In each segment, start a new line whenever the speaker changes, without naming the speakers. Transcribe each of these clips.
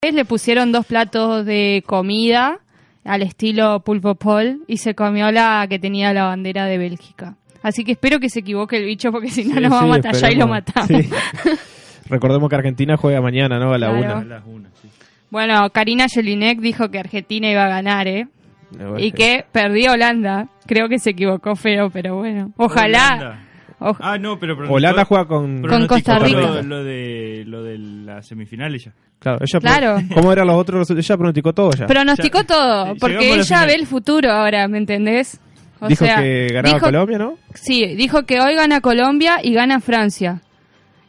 personajes le pusieron dos platos de comida al estilo pulpo Paul y se comió la que tenía la bandera de Bélgica. Así que espero que se equivoque el bicho porque si no
Sí,
nos
sí,
vamos a tallar y lo
esperemos.
matamos.
Sí. Recordemos que Argentina juega mañana, ¿no? A la
Claro.
A
una.
las una, sí.
Bueno, Karina Jelinek dijo que Argentina iba a ganar, ¿eh?
No,
Y
es
que perdió Holanda. Creo que se equivocó feo, pero bueno. Ojalá.
Holanda.
oj-
Ah, no, pero. pronosticó-
Holanda juega con.
Con-
pronosticó
Costa Rica.
Lo, lo de, lo de las semifinales ya.
Claro, ella pro-
Claro.
¿Cómo eran los otros? resultados? Ella pronosticó todo ya.
pronosticó
Ya-
todo,
Sí,
porque
llegamos a la
ella
final.
ve el futuro ahora, ¿me entendés? O
dijo
sea,
que ganaba
dijo-
Colombia, ¿no?
Sí, dijo que hoy gana Colombia y gana Francia.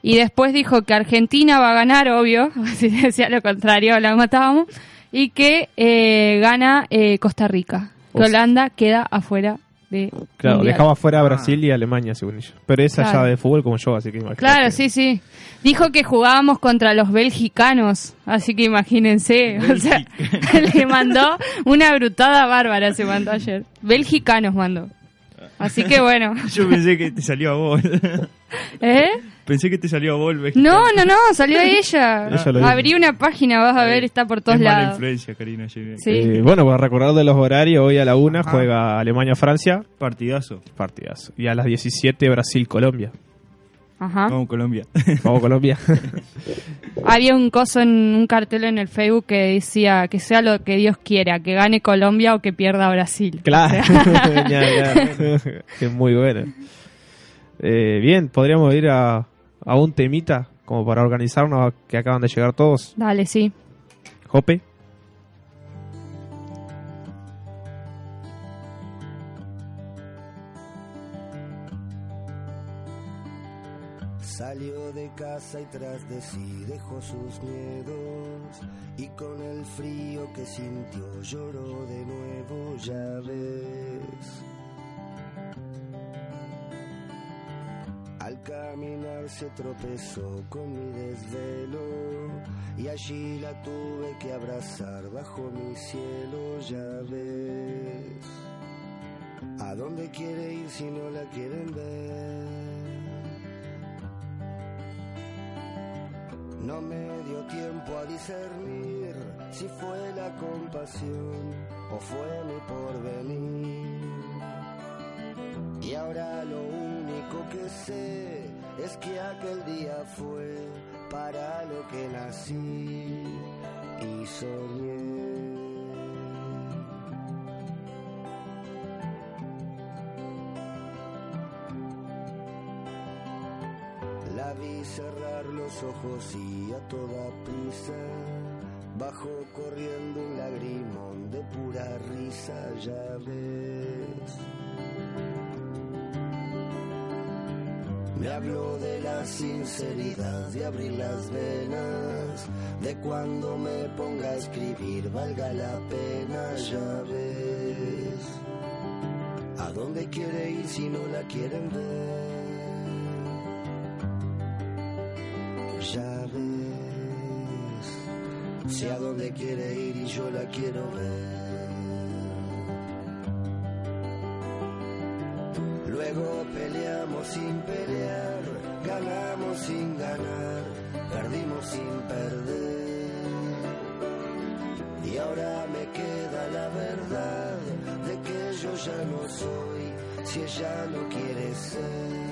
Y después dijo que Argentina va a ganar, obvio, si decía lo contrario, la matábamos, y que eh, gana eh, Costa Rica. Que
O sea-
Holanda queda afuera de...
Claro,
Mundial.
dejaba fuera a
Ah.
Brasil y Alemania, según ella. Pero esa
Claro.
ya de fútbol como yo, así que imagínate.
Claro, sí, sí. Dijo que jugábamos contra los belgicanos, así que imagínense. O sea, le mandó una brutada bárbara, se mandó ayer. Belgicanos mandó. Así que bueno.
Yo pensé que te salió a vos.
¿Eh?
pensé que te salió a vos el mexicano.
No, no, no, salió de ella.
Ella lo dijo.
Abrí una página, vas a ver, está por todos
es Mala
lados.
influencia, Karina. Jelinek.
Sí.
Eh, bueno, para recordar de los horarios, hoy a la una
Ajá.
juega Alemania-Francia,
Partidazo.
partidazo. Y a las 17 Brasil-Colombia.
Ajá.
Vamos, Colombia.
Vamos Colombia.
Había un coso en un cartel en el Facebook que decía que sea lo que Dios quiera, que gane Colombia o que pierda Brasil.
claro. Ya, ya. que muy bueno. Eh, bien, podríamos ir a, a un temita como para organizarnos que acaban de llegar todos.
Dale, sí.
Jope.
Salió de casa y tras de sí dejó sus miedos y con el frío que sintió lloró de nuevo, ya ves. Al caminar se tropezó con mi desvelo y allí la tuve que abrazar bajo mi cielo, ya ves. ¿A dónde quiere ir si no la quieren ver? No me dio tiempo a discernir si fue la compasión o fue mi porvenir. Y ahora lo único que sé es que aquel día fue para lo que nací y soñé. La vi cerrar los ojos y a toda prisa bajó corriendo un lagrimón de pura risa, ya ves. Me habló de la sinceridad de abrir las venas, de cuando me ponga a escribir valga la pena, ya ves. ¿A dónde quiere ir si no la quieren ver? Ya ves, sé a dónde quiere ir y yo la quiero ver. Luego peleamos sin pelear, ganamos sin ganar, perdimos sin perder. Y ahora me queda la verdad de que yo ya no soy si ella no quiere ser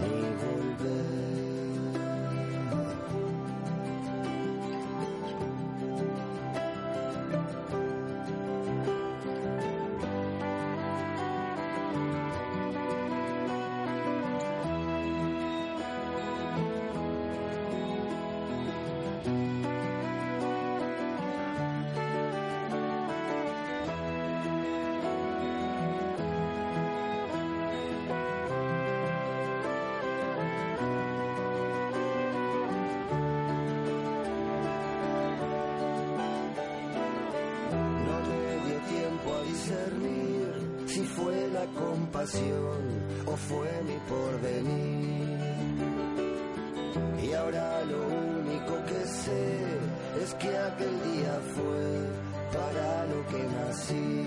ni volver. No me dio tiempo a discernir si fue la compasión o fue mi porvenir. Y ahora lo único que sé es que aquel día fue para lo que nací.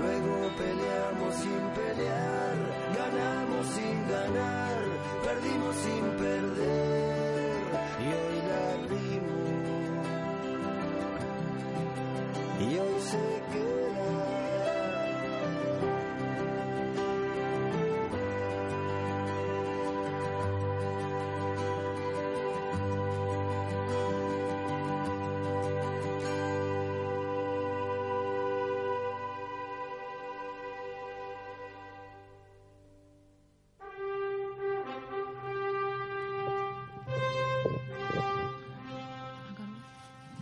Luego peleamos sin pelear, ganamos sin ganar, perdimos sin perder. Y hoy la vi y hoy se queda.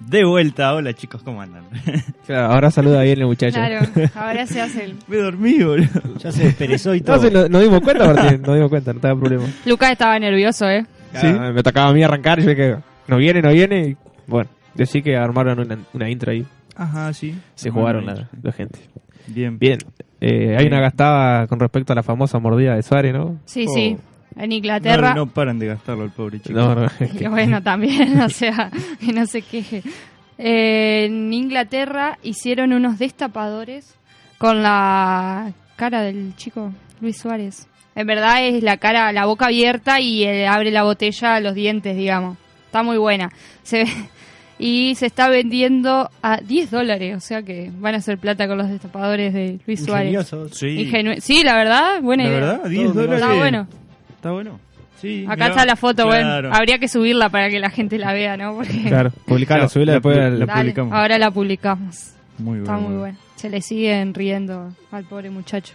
De vuelta, hola chicos, ¿cómo andan?
Claro, ahora saluda bien el muchacho.
Claro, ahora se hace el...
Me dormí, boludo.
Ya se desperezó y todo.
Entonces no- nos dimos cuenta, Martín, nos dimos cuenta, no estaba problema.
Lucas estaba nervioso, ¿eh?
¿Sí? Ah, me tocaba a mí arrancar y yo que no viene, no viene. Y, bueno, decí que armaron una, una intro ahí.
Ajá, sí.
Se jugaron la, la gente.
Bien.
Bien, eh, hay una gastada con respecto a la famosa mordida de Suárez, ¿no?
Sí,
Oh.
sí. En Inglaterra.
No, no paran de gastarlo el pobre chico.
No, no, es que-
Y bueno, también, o sea, que no se queje. Eh, en Inglaterra hicieron unos destapadores con la cara del chico Luis Suárez. En verdad es la cara, la boca abierta y eh, abre la botella a los dientes, digamos. Está muy buena. Se ve- y se está vendiendo a 10 dólares, o sea que van a hacer plata con los destapadores de Luis Suárez.
Ingeniosos.
Sí.
Ingenu- sí, la verdad, buena
La
idea.
verdad, 10
Todo
dólares.
Está bueno.
Está bueno. Sí.
Acá
mirá.
está la foto,
Claro.
bueno. Habría que subirla para que la gente la vea, ¿no? Porque
Oh, Claro, publicarla,
Claro,
subirla
la-
después.
la-
al-
la-
Dale,
publicamos.
ahora la publicamos.
Muy bueno.
Está muy buena. Se le siguen riendo al pobre muchacho.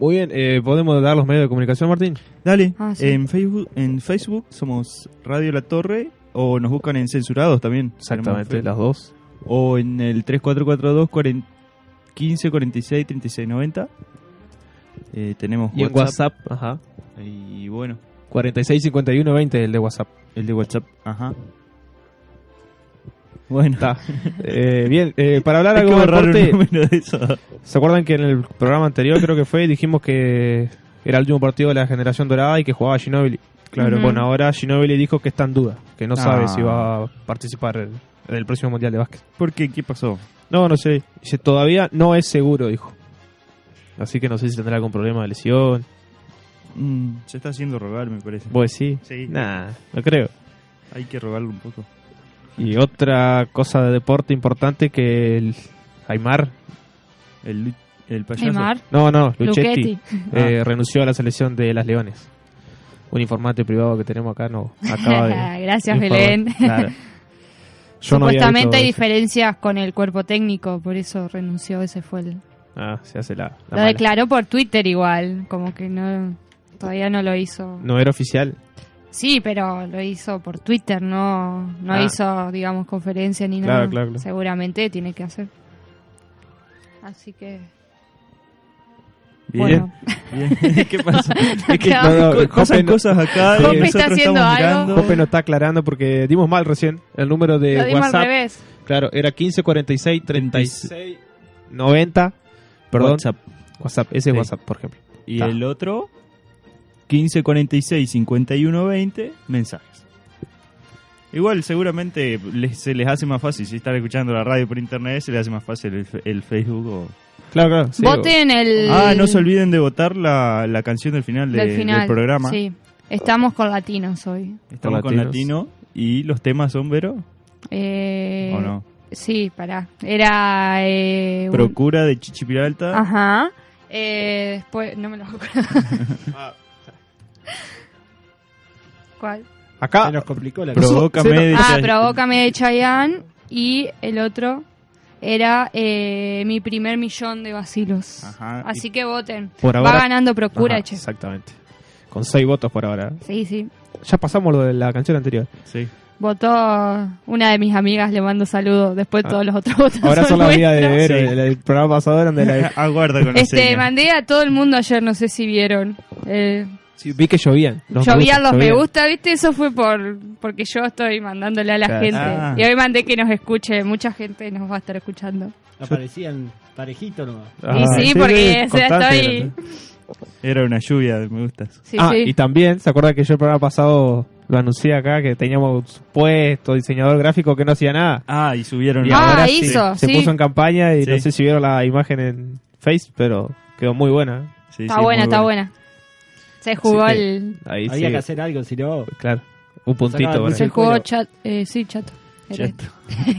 Muy bien, eh, ¿podemos dar los medios de comunicación, Martín?
Dale.
Ah, sí.
En Facebook, en Facebook somos Radio La Torre o nos buscan en Censurados también.
Exactamente,
Tenemos
las dos.
Facebook. O en el 3442 40 15 46 36 90. Eh, tenemos
Y en WhatsApp, ajá.
Y bueno,
465120 el de WhatsApp.
el de WhatsApp. Ajá. Bueno.
Está. Eh, bien, eh, para hablar
Hay que
algo de
borrar un
deporte,
número de eso.
¿se acuerdan que en el programa anterior creo que fue dijimos que era el último partido de la generación dorada y que jugaba Ginobili?
Claro.
Bueno, ahora Ginobili dijo que está en duda, que no sabe
Ah.
si va a participar en en el próximo Mundial de Básquet.
¿Por qué? ¿Qué pasó?
No, no sé. Dice, todavía no es seguro, dijo. Así que no sé si tendrá algún problema de lesión.
Mm, se está haciendo rogar, me parece.
Vos sí.
Sí.
Nah, no creo.
Hay que rogarlo un poco.
Y otra cosa de deporte importante que el Aymar,
El, lu- el payaso.
Neymar,
no, no, Luchetti,
Luchetti. Ah.
eh, renunció a la selección de las Leones. Un informante privado que tenemos acá no acaba de
Gracias,
informar.
Belén.
Claro. Yo no había
Supuestamente hay
visto eso.
diferencias con el cuerpo técnico, por eso renunció, ese fue el...
Ah, se hace la, la
Lo
mala.
declaró por Twitter igual, como que no... Todavía no lo hizo.
No era oficial.
Sí, pero lo hizo por Twitter, no, no
Ah.
hizo, digamos, conferencia ni
Claro,
nada.
claro, claro.
Seguramente tiene que hacer. Así que...
Bien.
Bueno,
Bien. ¿Qué pasa?
Es que-
Acá-
no, no,
Co- Pasan
Cope no-
cosas acá.
Cope
y
está
nosotros
haciendo
estamos
algo.
mirando.
Cope no está aclarando porque dimos mal recién el número de
lo dimos
Eh, WhatsApp.
al revés.
Claro, era 15 46 36 90. Perdón, WhatsApp,
WhatsApp.
ese es
Sí.
WhatsApp, por ejemplo.
Y
Ta.
el otro, 1546 51 20, mensajes. Igual, seguramente les- se les hace más fácil. Si están escuchando la radio por internet, se les hace más fácil el, fe- el Facebook. o-
Claro, claro. sí,
Voten el...
Ah, no se olviden de votar la, la canción del final, de-
del final.
programa.
Sí. Estamos con latinos hoy.
Estamos con
Latinos.
latino. ¿Y los temas son, Vero?
Eh,
¿O no?
Sí, pará. Era... eh, un-
Procura de Chichi Piralta.
Ajá. Eh, después... No me lo acuerdo. ¿Cuál?
Acá
Se nos complicó la cosa.
Provócame de
Ah,
Chayanne.
Provócame de Chayanne. Y el otro era eh, Mi primer millón de vacilos.
Ajá.
Así que voten.
por
Va
ahora.
ganando Procura,
Ajá,
che.
exactamente. Con 6 votos por ahora.
Sí, sí.
Ya pasamos lo de la canción anterior.
Sí.
Votó una de mis amigas, le mando saludos. Después
Ah.
todos los otros votos.
Ahora son la vida de
nuestros.
Vero,
Sí.
el, el programa pasado era donde la-
Aguarda con la
Este,
seña.
mandé a todo el mundo ayer, no sé si vieron. Eh,
Sí, vi que llovían. Los me
llovían
gusta,
los me
llovían.
gusta, ¿viste? Eso fue por porque yo estoy mandándole a la
Claro.
gente.
Ah.
Y hoy mandé que nos escuche, mucha gente nos va a estar escuchando.
Ah,
Aparecían parejitos nomás.
Ah,
Y sí, porque, o sea, estoy-
constante, era, ¿no?
Era una lluvia de me gustas.
Sí,
ah,
sí.
y también, ¿se acuerda que yo el programa pasado lo anuncié acá que teníamos un supuesto diseñador gráfico que no hacía nada?
Ah, y subieron
Y
Ah,
ahora
hizo,
se, se
sí.
puso en campaña y
Sí.
no sé si vieron la imagen en Face, pero quedó muy buena. ¿eh?
Sí,
está
sí, muy
buena, está buena. Se jugó
que-
el.
Ahí
Había
sí,
que hacer algo, si no.
claro, un
Sacaba
puntito.
el
para-
Se
sí,
jugó
bueno.
chat. eh, sí, chato.
Chato.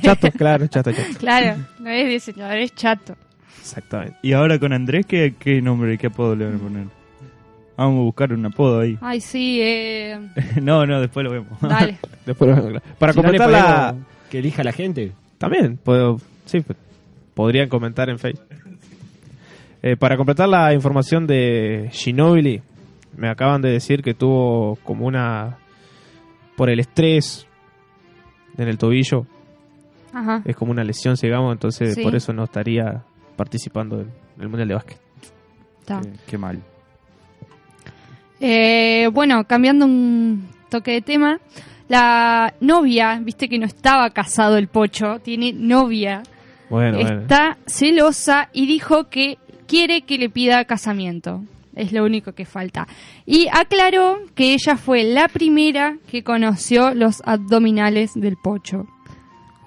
Chato, claro, chato, chato.
Claro, no es diseñador, es chato.
Exactamente.
Y ahora con Andrés, ¿qué, qué nombre, qué apodo le van a poner? Vamos a buscar un apodo ahí.
Ay, sí, eh,
no, no, después lo vemos.
dale.
Después lo- Para
Si no le
completar la.
ponemos Que elija la gente.
También, puedo, sí, p- podrían comentar en Facebook. Eh, para completar la información de Ginobili, me acaban de decir que tuvo como una. por el estrés en el tobillo,
Ajá.
es como una lesión, digamos, entonces
Sí.
por eso no estaría participando en el Mundial de Básquet.
Está.
Qué, qué mal.
Eh, bueno, cambiando un toque de tema, la novia, viste que no estaba casado el pocho, tiene novia,
Bueno, bueno.
está celosa y dijo que quiere que le pida casamiento. Es lo único que falta. Y aclaró que ella fue la primera que conoció los abdominales del pocho.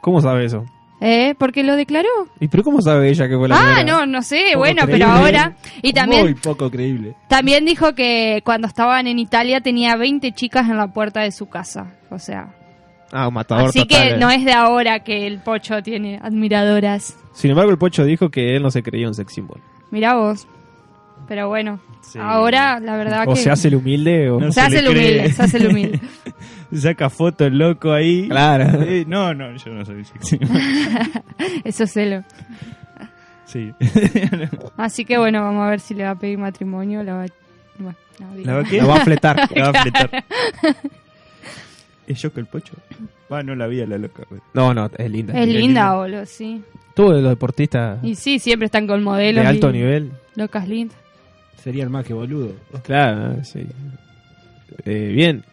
¿Cómo sabe eso?
¿Eh? Porque lo declaró.
¿Y pero cómo sabe ella que fue la
Ah,
primera?
no, no sé,
Poco
bueno,
creíble.
pero ahora. Y
Muy
también,
poco creíble.
también dijo que cuando estaban en Italia tenía 20 chicas en la puerta de su casa. O sea,
Ah, un matador
así
total,
que
eh.
no es de ahora que el pocho tiene admiradoras.
Sin embargo, el Pocho dijo que él no se creía un sex symbol.
Mirá vos. Pero bueno,
Sí.
ahora la verdad
O
que.
se hace el humilde o...
No
Se
se
hace
le
el humilde,
cree.
se hace el humilde.
Saca foto el loco ahí.
Claro.
Eh, no, no, yo no soy sexy.
Eso es celo.
Sí.
Así que bueno, vamos a ver si le va a pedir matrimonio. La va, bueno, no, digo.
¿La va a qué?
La va a fletar.
La va a apretar. ¿Es yo que el pocho? Va, no la vi a la loca. güey.
No, no, es linda.
Es linda, boludo, sí.
Tú de los deportistas
Y sí, siempre están con
de
modelos.
alto
y
nivel.
Locas lindas.
Sería el más que boludo.
Claro, sí. Eh, bien.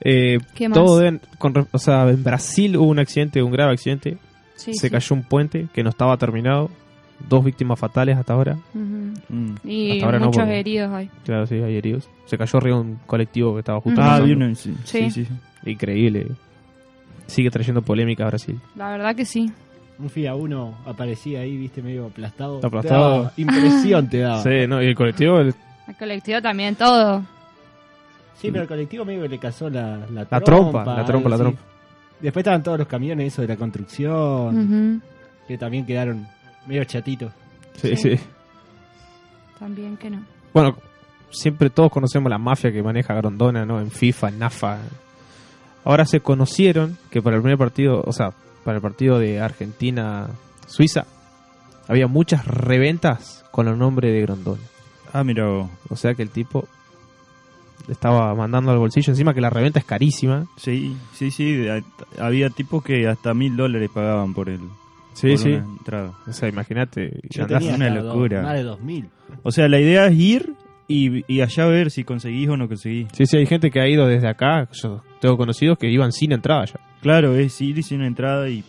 Eh,
¿Qué más?
todo en, con re- o sea, en Brasil hubo un accidente, un grave accidente.
Sí,
Se
sí.
cayó un puente que no estaba terminado. Dos víctimas fatales hasta ahora.
Ujú.
Mm.
Y
Hasta ahora no,
muchos
porque-
heridos hay.
Claro, sí, hay heridos. Se cayó arriba de un colectivo que estaba justo.
Ah,
Ah,
pasando.
vi uno, sí.
Sí.
Sí, sí. sí.
Increíble. Sigue trayendo polémica a Brasil.
La verdad que sí.
Un FIA 1 aparecía ahí, viste, medio aplastado.
Aplastado.
Te daba impresión te daba. Sí.
Sí, no, y el colectivo, el-
El colectivo también, todo.
pero el colectivo medio que le cazó la, la,
la trompa, la
algo
trompa, la
así.
trompa.
Después estaban todos los camiones, eso de la construcción,
Ujú.
que también quedaron medio chatitos.
Sí,
Sí.
sí.
También que no.
Bueno, siempre todos conocemos la mafia que maneja Grondona, ¿no? En FIFA, en NAFA. Ahora se conocieron que para el primer partido, o sea, para el partido de Argentina-Suiza, había muchas reventas con el nombre de Grondona.
Ah, mira vos.
O sea que el tipo le estaba mandando al bolsillo. Encima que la reventa es carísima.
Sí, sí, sí. de- Había tipos que hasta mil dólares pagaban por el.
Sí,
por
sí.
una entrada.
O sea, imagínate. y
Yo
andás-
tenía
una
hasta dos-
locura.
más de 2000.
O sea, la idea es ir y, y allá ver si conseguís o no conseguís.
Sí, sí, hay gente que ha ido desde acá. Yo tengo conocidos que iban sin entrada ya.
Claro, es ir sin una entrada y.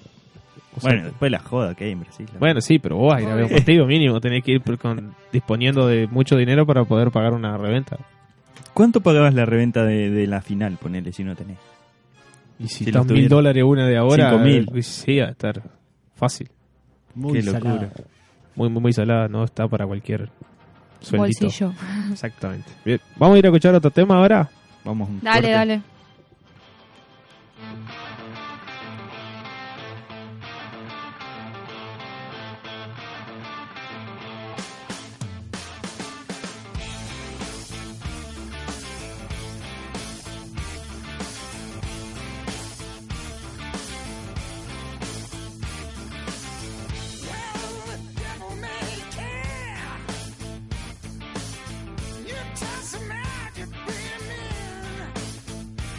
O sea,
Bueno, después la joda que hay en Brasil. la
Bueno, sí, pero vos vas a ir a ver un
Obvio.
partido mínimo, tenés que ir por- con, disponiendo de mucho dinero para poder pagar una reventa.
¿Cuánto pagabas la reventa de, de la final, ponele, si no tenés?
Y
Si
si, están
los
mil
tuviera.
dólares una de ahora,
Cinco mil.
eh, sí, va a estar fácil.
Muy
Qué
salada.
locura.
Muy, muy, muy salada, no está para cualquier sueldito.
Bolsillo.
Exactamente. Bien, vamos a ir a escuchar otro tema ahora.
Vamos un
Dale,
corte.
dale.
You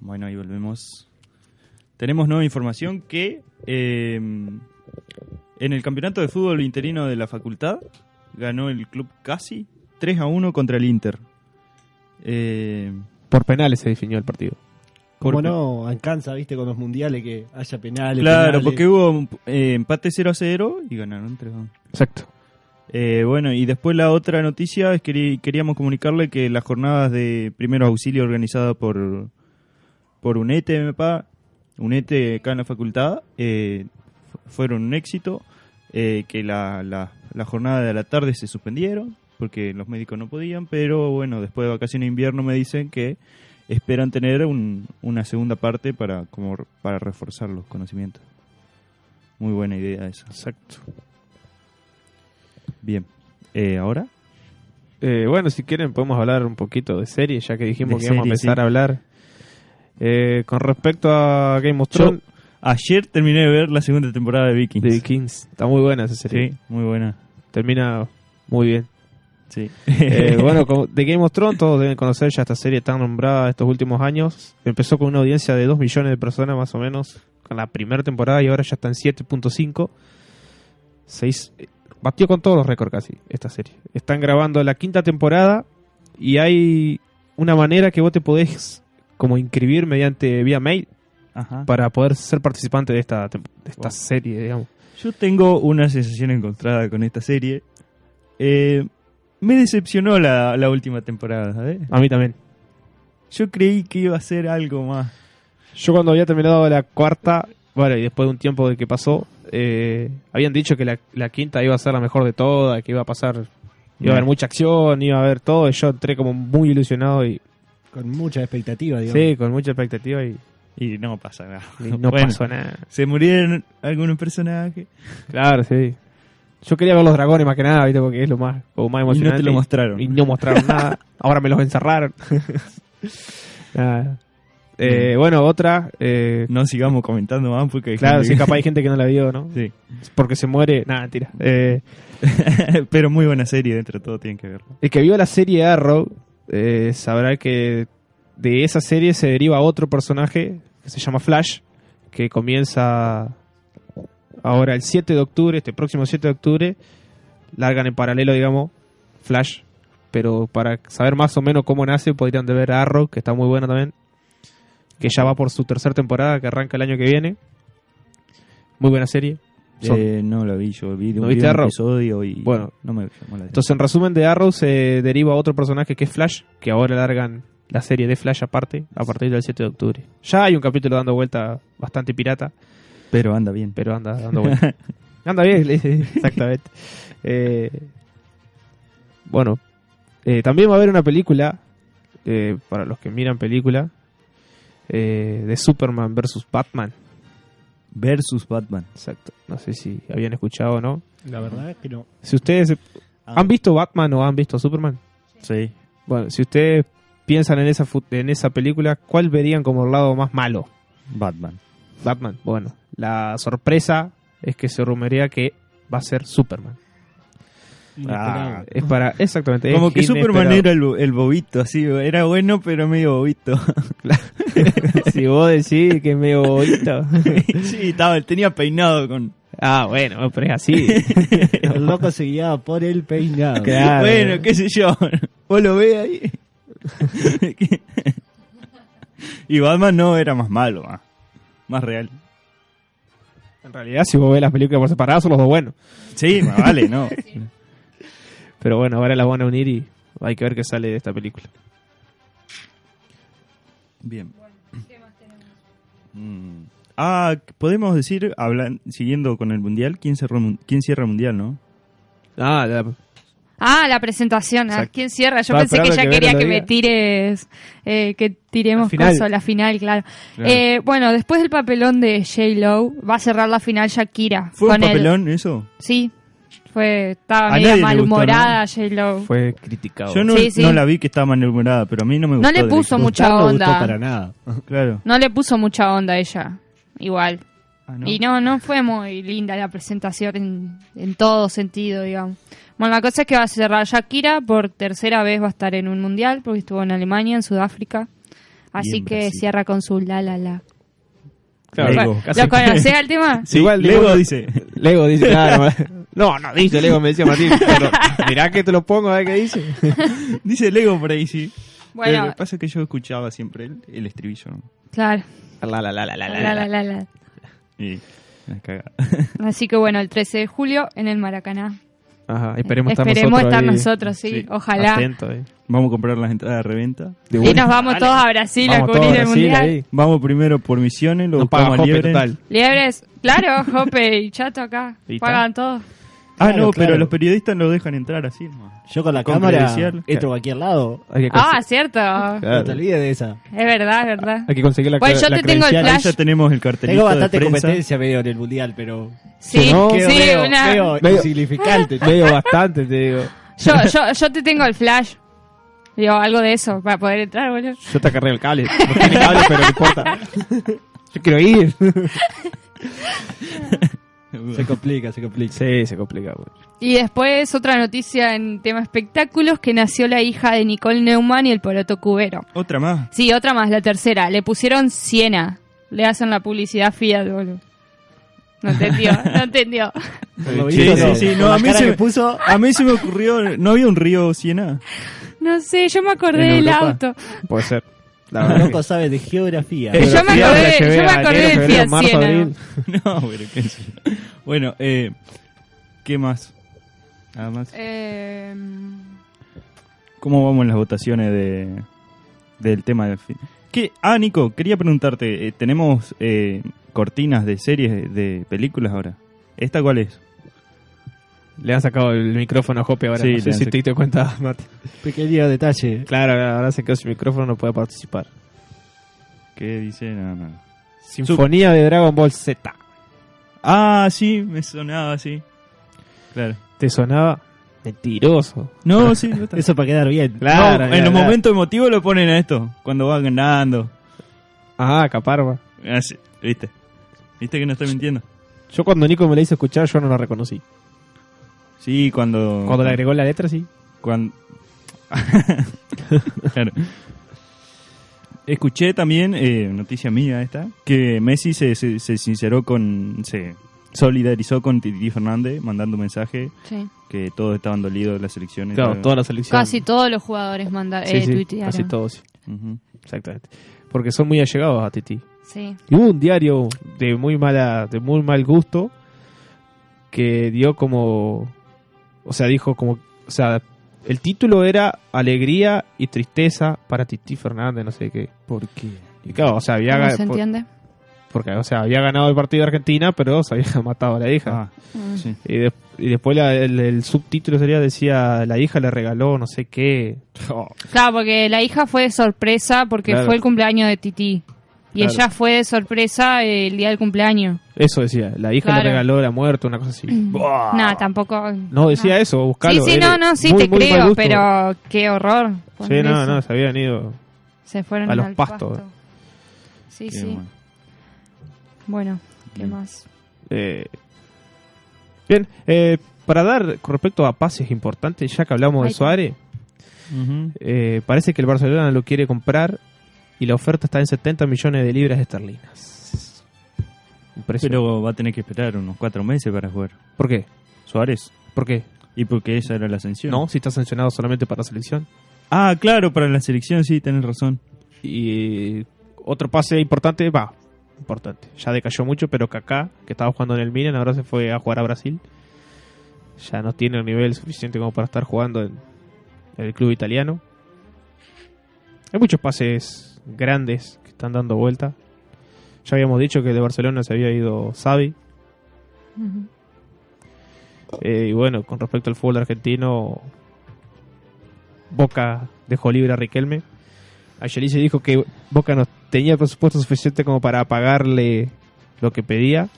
Bueno, ahí volvemos. Tenemos nueva información que eh, en el campeonato de fútbol interino de la facultad ganó el club casi 3 a 1 contra el Inter. Eh,
Por penales se definió el partido.
Como
por-
no, alcanza, viste, con los mundiales que haya penales.
Claro,
penales.
porque hubo eh, empate 0 a 0 y ganaron 3 a 1.
Exacto.
Eh, bueno, y después la otra noticia es que queri- queríamos comunicarle que las jornadas de primeros auxilios organizadas por, por UNETE, me pa- UNETE acá en la facultad, eh, fu- fueron un éxito, eh, que la, la, la jornada de la tarde se suspendieron porque los médicos no podían, pero bueno, después de vacaciones de invierno me dicen que esperan tener un- una segunda parte para, como, re- para reforzar los conocimientos. Muy buena idea esa.
Exacto.
Bien. Eh, ¿Ahora?
Eh, bueno, si quieren podemos hablar un poquito de serie, ya que dijimos
De
que íbamos a
serie,
empezar
sí.
a hablar. Eh, con respecto a Game of
Yo-
Thrones
Ayer terminé de ver la segunda temporada de Vikings.
de Vikings, está muy buena esa serie.
Sí, muy buena.
Termina muy bien.
Sí.
Eh, bueno, como- de Game of Thrones todos deben conocer ya esta serie tan nombrada estos últimos años. Empezó con una audiencia de 2 millones de personas más o menos con la primera temporada y ahora ya está en 7.5. Seis- eh, Batió con todos los récords casi esta serie. Están grabando la quinta temporada y hay una manera que vos te podés como inscribir mediante vía mail
Ajá.
para poder ser participante de esta, tem- de esta
Wow.
serie, digamos.
Yo tengo una sensación encontrada con esta serie. Eh, me decepcionó la, la última temporada. ¿sabes?
A mí también.
Yo creí que iba a ser algo más.
Yo cuando había terminado la cuarta, bueno, y después de un tiempo de que pasó, eh, habían dicho que la, la quinta iba a ser la mejor de todas, que iba a pasar, iba a haber mucha acción, iba a haber todo, y yo entré como muy ilusionado y
Con mucha expectativa, digamos.
sí, con mucha expectativa y,
Y no pasa nada.
y no
Bueno,
pasó nada.
Se murieron algunos personajes.
Claro, sí. Yo quería ver los dragones más que nada, ¿viste? porque es lo más, como más
Y no
emocionante.
te lo mostraron.
Y no mostraron nada. Ahora me los encerraron. Nada. Eh, bueno, otra. eh,
No sigamos comentando más porque... hay
claro,
gente
sí,
que-
capaz hay gente que no la vio, ¿no?
Sí.
Porque se muere. Nada, tira. Eh,
Pero muy buena serie, dentro de todo tienen que verlo.
El que vio la serie Arrow eh, sabrá que de esa serie se deriva otro personaje que se llama Flash, que comienza ahora el 7 de octubre, este próximo 7 de octubre. Largan en paralelo, digamos, Flash. Pero para saber más o menos cómo nace, podrían de ver Arrow, que está muy bueno también. Que ya va por su tercera temporada, que arranca el año que viene. Muy buena serie. Son-
Eh, no la vi, yo vi,
¿No
vi
viste
un
Arrow?
episodio y...
Bueno.
no me llamó la atención.
Entonces, en resumen de Arrow se deriva otro personaje que es Flash, que ahora largan la serie de Flash aparte, a partir del 7 de octubre. Ya hay un capítulo dando vuelta bastante pirata,
Pero anda bien.
pero anda dando vuelta. anda bien, le dice, exactamente. Eh, bueno, eh, también va a haber una película, eh, para los que miran película, eh, de Superman versus Batman.
Versus Batman.
Exacto. No sé si habían escuchado o no.
La verdad es que no.
Si ustedes han visto Batman o han visto Superman,
Ah. Sí.
Bueno, si ustedes piensan en esa, fu- en esa película, ¿cuál verían como el lado más malo?
Batman.
Batman. Bueno, la sorpresa es que se rumorea que va a ser Superman.
Inesperado.
Ah,
Es para. Exactamente. es
Como que
inesperado.
Superman era el, bo- el bobito, así, era bueno pero medio bobito.
si vos decís que es medio bonito.
sí, estaba, tenía peinado con...
ah, bueno, pero es así.
El loco se guiaba por el peinado.
Claro.
Bueno, qué sé yo, vos lo ves ahí. y Batman no era más malo, más, más real.
en realidad, si vos ves las películas por separado, son los dos buenos.
Sí, más vale, ¿no?
Pero bueno, ahora las van a unir y hay que ver qué sale de esta película.
Bien. Mm. Ah, podemos decir, hablan, siguiendo con el mundial, ¿quién, cerró, el mun- quién cierra el mundial, no?
Ah, la-
Ah, la presentación. ah,
Exacto.
¿Quién cierra? Yo
Estaba
pensé que
esperando
ya
que
quería
Vero lo
que me
diga.
tires, eh, que
La
tiremos
final.
coso, la final, claro.
Claro.
Eh, bueno, después del papelón de J. Lo va a cerrar la final Shakira.
¿Fue un
con el-
papelón eso?
sí, fue, estaba
A
media
nadie le gustó,
malhumorada J. Lo.
fue criticado.
Yo no,
Sí, sí.
no la vi que estaba malhumorada, pero a mí no me gustó.
le puso
directamente.
mucha
Gustar no gustó
onda.
para nada.
Claro.
No le puso mucha onda a ella, igual.
Ah, ¿no?
Y no, no fue muy linda la presentación en, en todo sentido, digamos. Bueno, la cosa es que va a cerrar Shakira, por tercera vez va a estar en un mundial, porque estuvo en Alemania, en Sudáfrica. Así
en
que
Brasil.
cierra con su la la la.
Claro,
Lego.
Bueno,
casi-
¿Lo conocés al tema?
Sí,
Igual
Lego
digo-
dice.
Lego dice, claro. eh. No, no dice Lego, me decía Martín. Pero mirá que te lo pongo, a ver qué dice.
Dice Lego por ahí, sí. Pero lo
Bueno,
que pasa es que yo escuchaba siempre el, el estribillo. ¿no?
claro.
La, la, la, la, la, la,
La, la, la, la.
Y la cagada.
Así que bueno, el 13 de julio en el Maracaná.
Ajá, esperemos estar
Esperemos
nosotros.
estar
ahí
nosotros, sí.
Sí,
Ojalá.
atentos, eh.
Vamos a comprar las entradas de reventa.
De
Y
una.
nos vamos todos a Brasil a
Vamos
cubrir
todos
el
a Brasil
mundial.
ahí.
Vamos primero por misiones, luego
Nos paga
vamos a
Jope,
Liebres.
total.
Liebres, claro, Jope y Chato acá.
Y está.
Pagan todos.
Ah,
Claro,
no,
claro.
pero los periodistas lo dejan entrar así. ¿no?
Yo con la
Con
cámara
credencial.
entro a cualquier lado.
Hay que,
Ah,
conse-
cierto.
No te
claro,
olvides de esa.
Es verdad, es verdad.
hay que conseguir la,
Bueno,
cre-
yo
la
te tengo el
credencial.
Ahí
Flash.
ya tenemos el cartelito
Tengo bastante
de prensa.
competencia medio en el mundial, pero.
Sí,
no,
sí,
quedo medio,
una...
medio
Medio-
insignificante.
Medio bastante, te digo.
Yo, yo, yo te tengo el flash. Digo, algo de eso, para poder entrar, boludo.
Yo te acarreo el cable. No tiene cable, pero no importa. Yo quiero ir.
se complica, se complica.
Sí, se complica, güey.
Y después otra noticia en tema espectáculos, que nació la hija de Nicole Neumann y el Poroto Cubero.
Otra más.
Sí, otra más, la tercera. Le pusieron Siena. Le hacen la publicidad Fiat, boludo. No entendió, no entendió.
Por lo
Sí,
visto,
sí,
no.
sí, no,
Por la
a mí
cara
se
que
me-
puso.
A mí se me ocurrió, no había un río Siena.
No sé, yo me acordé
¿En
del
Europa?
auto.
Puede ser. La verdad.
Loco sabe de geografía.
Eh, yo me
Geografía,
acordé-
que
yo
vea
me acordé
enero,
del
febrero,
Fiat
marzo,
Siena.
abril.
No, pero qué sé yo. Bueno, eh, ¿qué más? Nada más.
Eh,
¿Cómo vamos en las votaciones de, del tema del fin? ¿Qué? Ah, Nico, quería preguntarte, eh, tenemos eh, cortinas de series, de películas ahora. ¿Esta cuál es?
Le han sacado el micrófono a Jope ahora.
Sí,
no
le
sé
han
si
sacado.
te diste cuenta, Mati.
Pequeño detalle.
Claro, ahora se quedó sin micrófono, no puede participar.
¿Qué dice? No, no.
Sinfonía de Dragon Ball Z.
Ah, sí, me sonaba así. Claro.
¿Te sonaba? Mentiroso.
No, sí, no está.
Eso para quedar bien.
No,
Claro,
en
claro,
los
claro.
momentos emotivos lo ponen a esto, cuando van ganando.
Ah, caparba.
Así, ¿viste? ¿Viste que no estoy mintiendo?
Yo cuando Nico me la hizo escuchar, yo no la reconocí.
Sí, cuando...
Cuando le agregó la letra, sí.
Cuando... Claro. Escuché también, eh, noticia mía esta, que Messi se, se, se sinceró con... se solidarizó con Titi Fernández, mandando un mensaje
sí.
que todos estaban dolidos de las elecciones.
Claro, toda la selección.
Casi todos los jugadores mandaron,
Sí,
eh,
sí,
tuitearon.
casi todos, sí.
Ujú.
Exactamente. Porque son muy allegados a Titi.
Sí.
Y hubo un diario de muy mala, de muy mal gusto que dio como, o sea, dijo como, o sea, el título era Alegría y tristeza para Titi Fernández, no sé qué.
¿Por qué?
Y claro, o sea, había,
¿Cómo
ga-
se
por-
entiende?
porque, o sea, había ganado el partido de Argentina, pero se había matado a la hija.
Ah,
Mm.
sí.
Y, de- y después la- el, el subtítulo sería decía la hija le regaló no sé qué.
Oh.
Claro, porque la hija fue de sorpresa porque
Claro.
fue el cumpleaños de Titi. Y
Claro.
ella fue de sorpresa el día del cumpleaños.
Eso decía, la hija
Claro.
le regaló la muerte, una cosa así. Buah.
Nada, tampoco.
No, decía eso, buscalo. eh.
sí, sí, no,
era
no, sí,
muy,
te
muy mal
creo,
gusto.
pero qué horror.
Sí,
poner
no,
eso.
no, se habían ido.
Se fueron
a los
al
pastos.
pasto. Sí,
Qué
sí.
bueno.
Bueno, ¿qué
Bien.
más?
Eh, Bien, eh, para dar con respecto a pases importantes, ya que hablamos
Ahí
de
está.
Suárez,
Ujú.
eh, parece que el Barcelona lo quiere comprar y la oferta está en 70 millones de libras esterlinas. Un precio-
Pero va a tener que esperar unos cuatro meses para jugar.
¿Por qué?
Suárez.
¿Por qué?
¿Y porque esa era la sanción?
No, si está sancionado solamente para la selección.
Ah, claro, para la selección sí, tenés razón.
Y otro pase importante, va, importante. Ya decayó mucho, pero Kaká, que estaba jugando en el Milan, ahora se fue a jugar a Brasil. Ya no tiene el nivel suficiente como para estar jugando en el club italiano. Hay muchos pases grandes que están dando vuelta. Ya habíamos dicho que de Barcelona se había ido Xavi.
Mm-hmm.
Ujú.
Eh, y bueno, con respecto al fútbol argentino, Boca dejó libre a Riquelme. Ayer se dijo que Boca no tenía el presupuesto suficiente como para pagarle lo que pedía.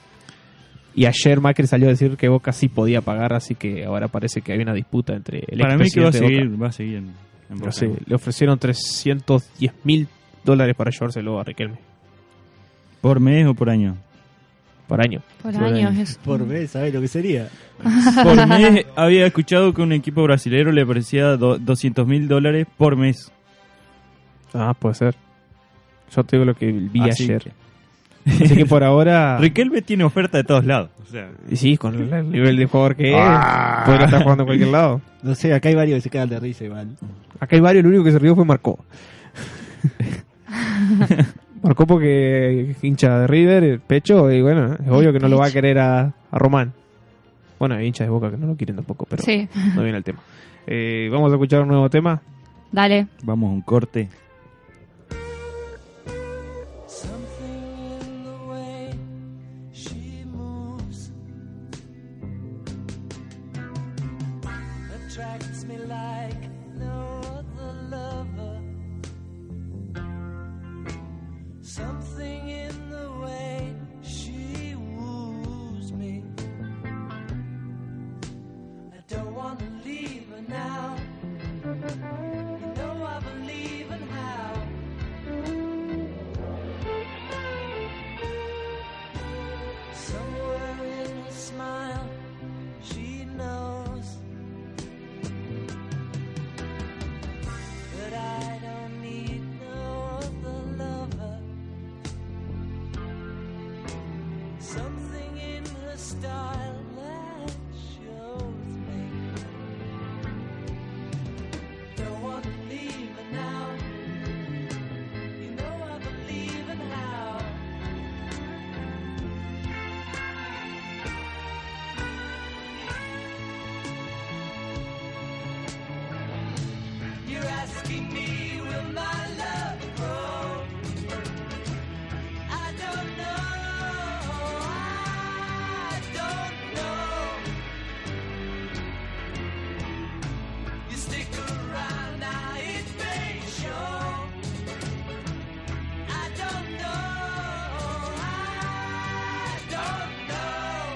Y ayer Macri salió a decir que Boca sí podía pagar, así que ahora parece que hay una disputa entre el
para mí que va a
expresidente de
seguir,
Boca.
va a seguir. en- en
No
Boca.
sé, le ofrecieron 310 mil dólares para llevárselo a Riquelme
¿Por mes o por año?
por año.
Por
Por
años. Eh,
año.
es-
Por mes, ¿sabes lo que sería?
Por mes había escuchado que un equipo brasilero le ofrecía 200 mil dólares por mes.
Ah, puede ser. Yo te digo lo que vi
Así
ayer.
que-
Así que por ahora.
Riquelme tiene oferta de todos lados. O sea, Ah.
Y sí, con el, el nivel de jugador que es, podría estar jugando en cualquier lado.
No sé, acá hay varios que se quedan de risa igual.
Acá hay varios, el único que se rió fue Marcó. Marcó porque es hincha de River, el pecho, y bueno, es obvio que no lo va a querer a, a Román. Bueno, hay hinchas de Boca que no lo quieren tampoco, pero
Sí,
no viene el tema. Eh, Vamos a escuchar un nuevo tema.
dale.
vamos a un corte.
Something in the way she moves attracts me like no other lover. Something in the way she woos me. I don't want to leave her now. You know I believe in how. Somewhere in her smile, she knows that I don't need no other lover. Something in her style that shows me. Don't want to leave her now. You know I believe in how. You're asking me, will my love grow? I don't know. I don't know. You stick around, now it may show. I don't know. I don't know.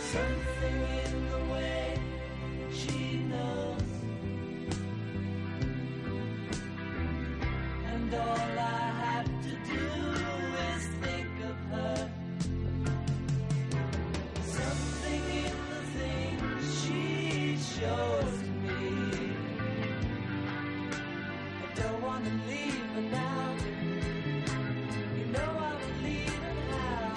Something in the way she knows. And all I have to do is think of her. Something in the thing she shows me. I don't want to leave her now. You know I believe in how.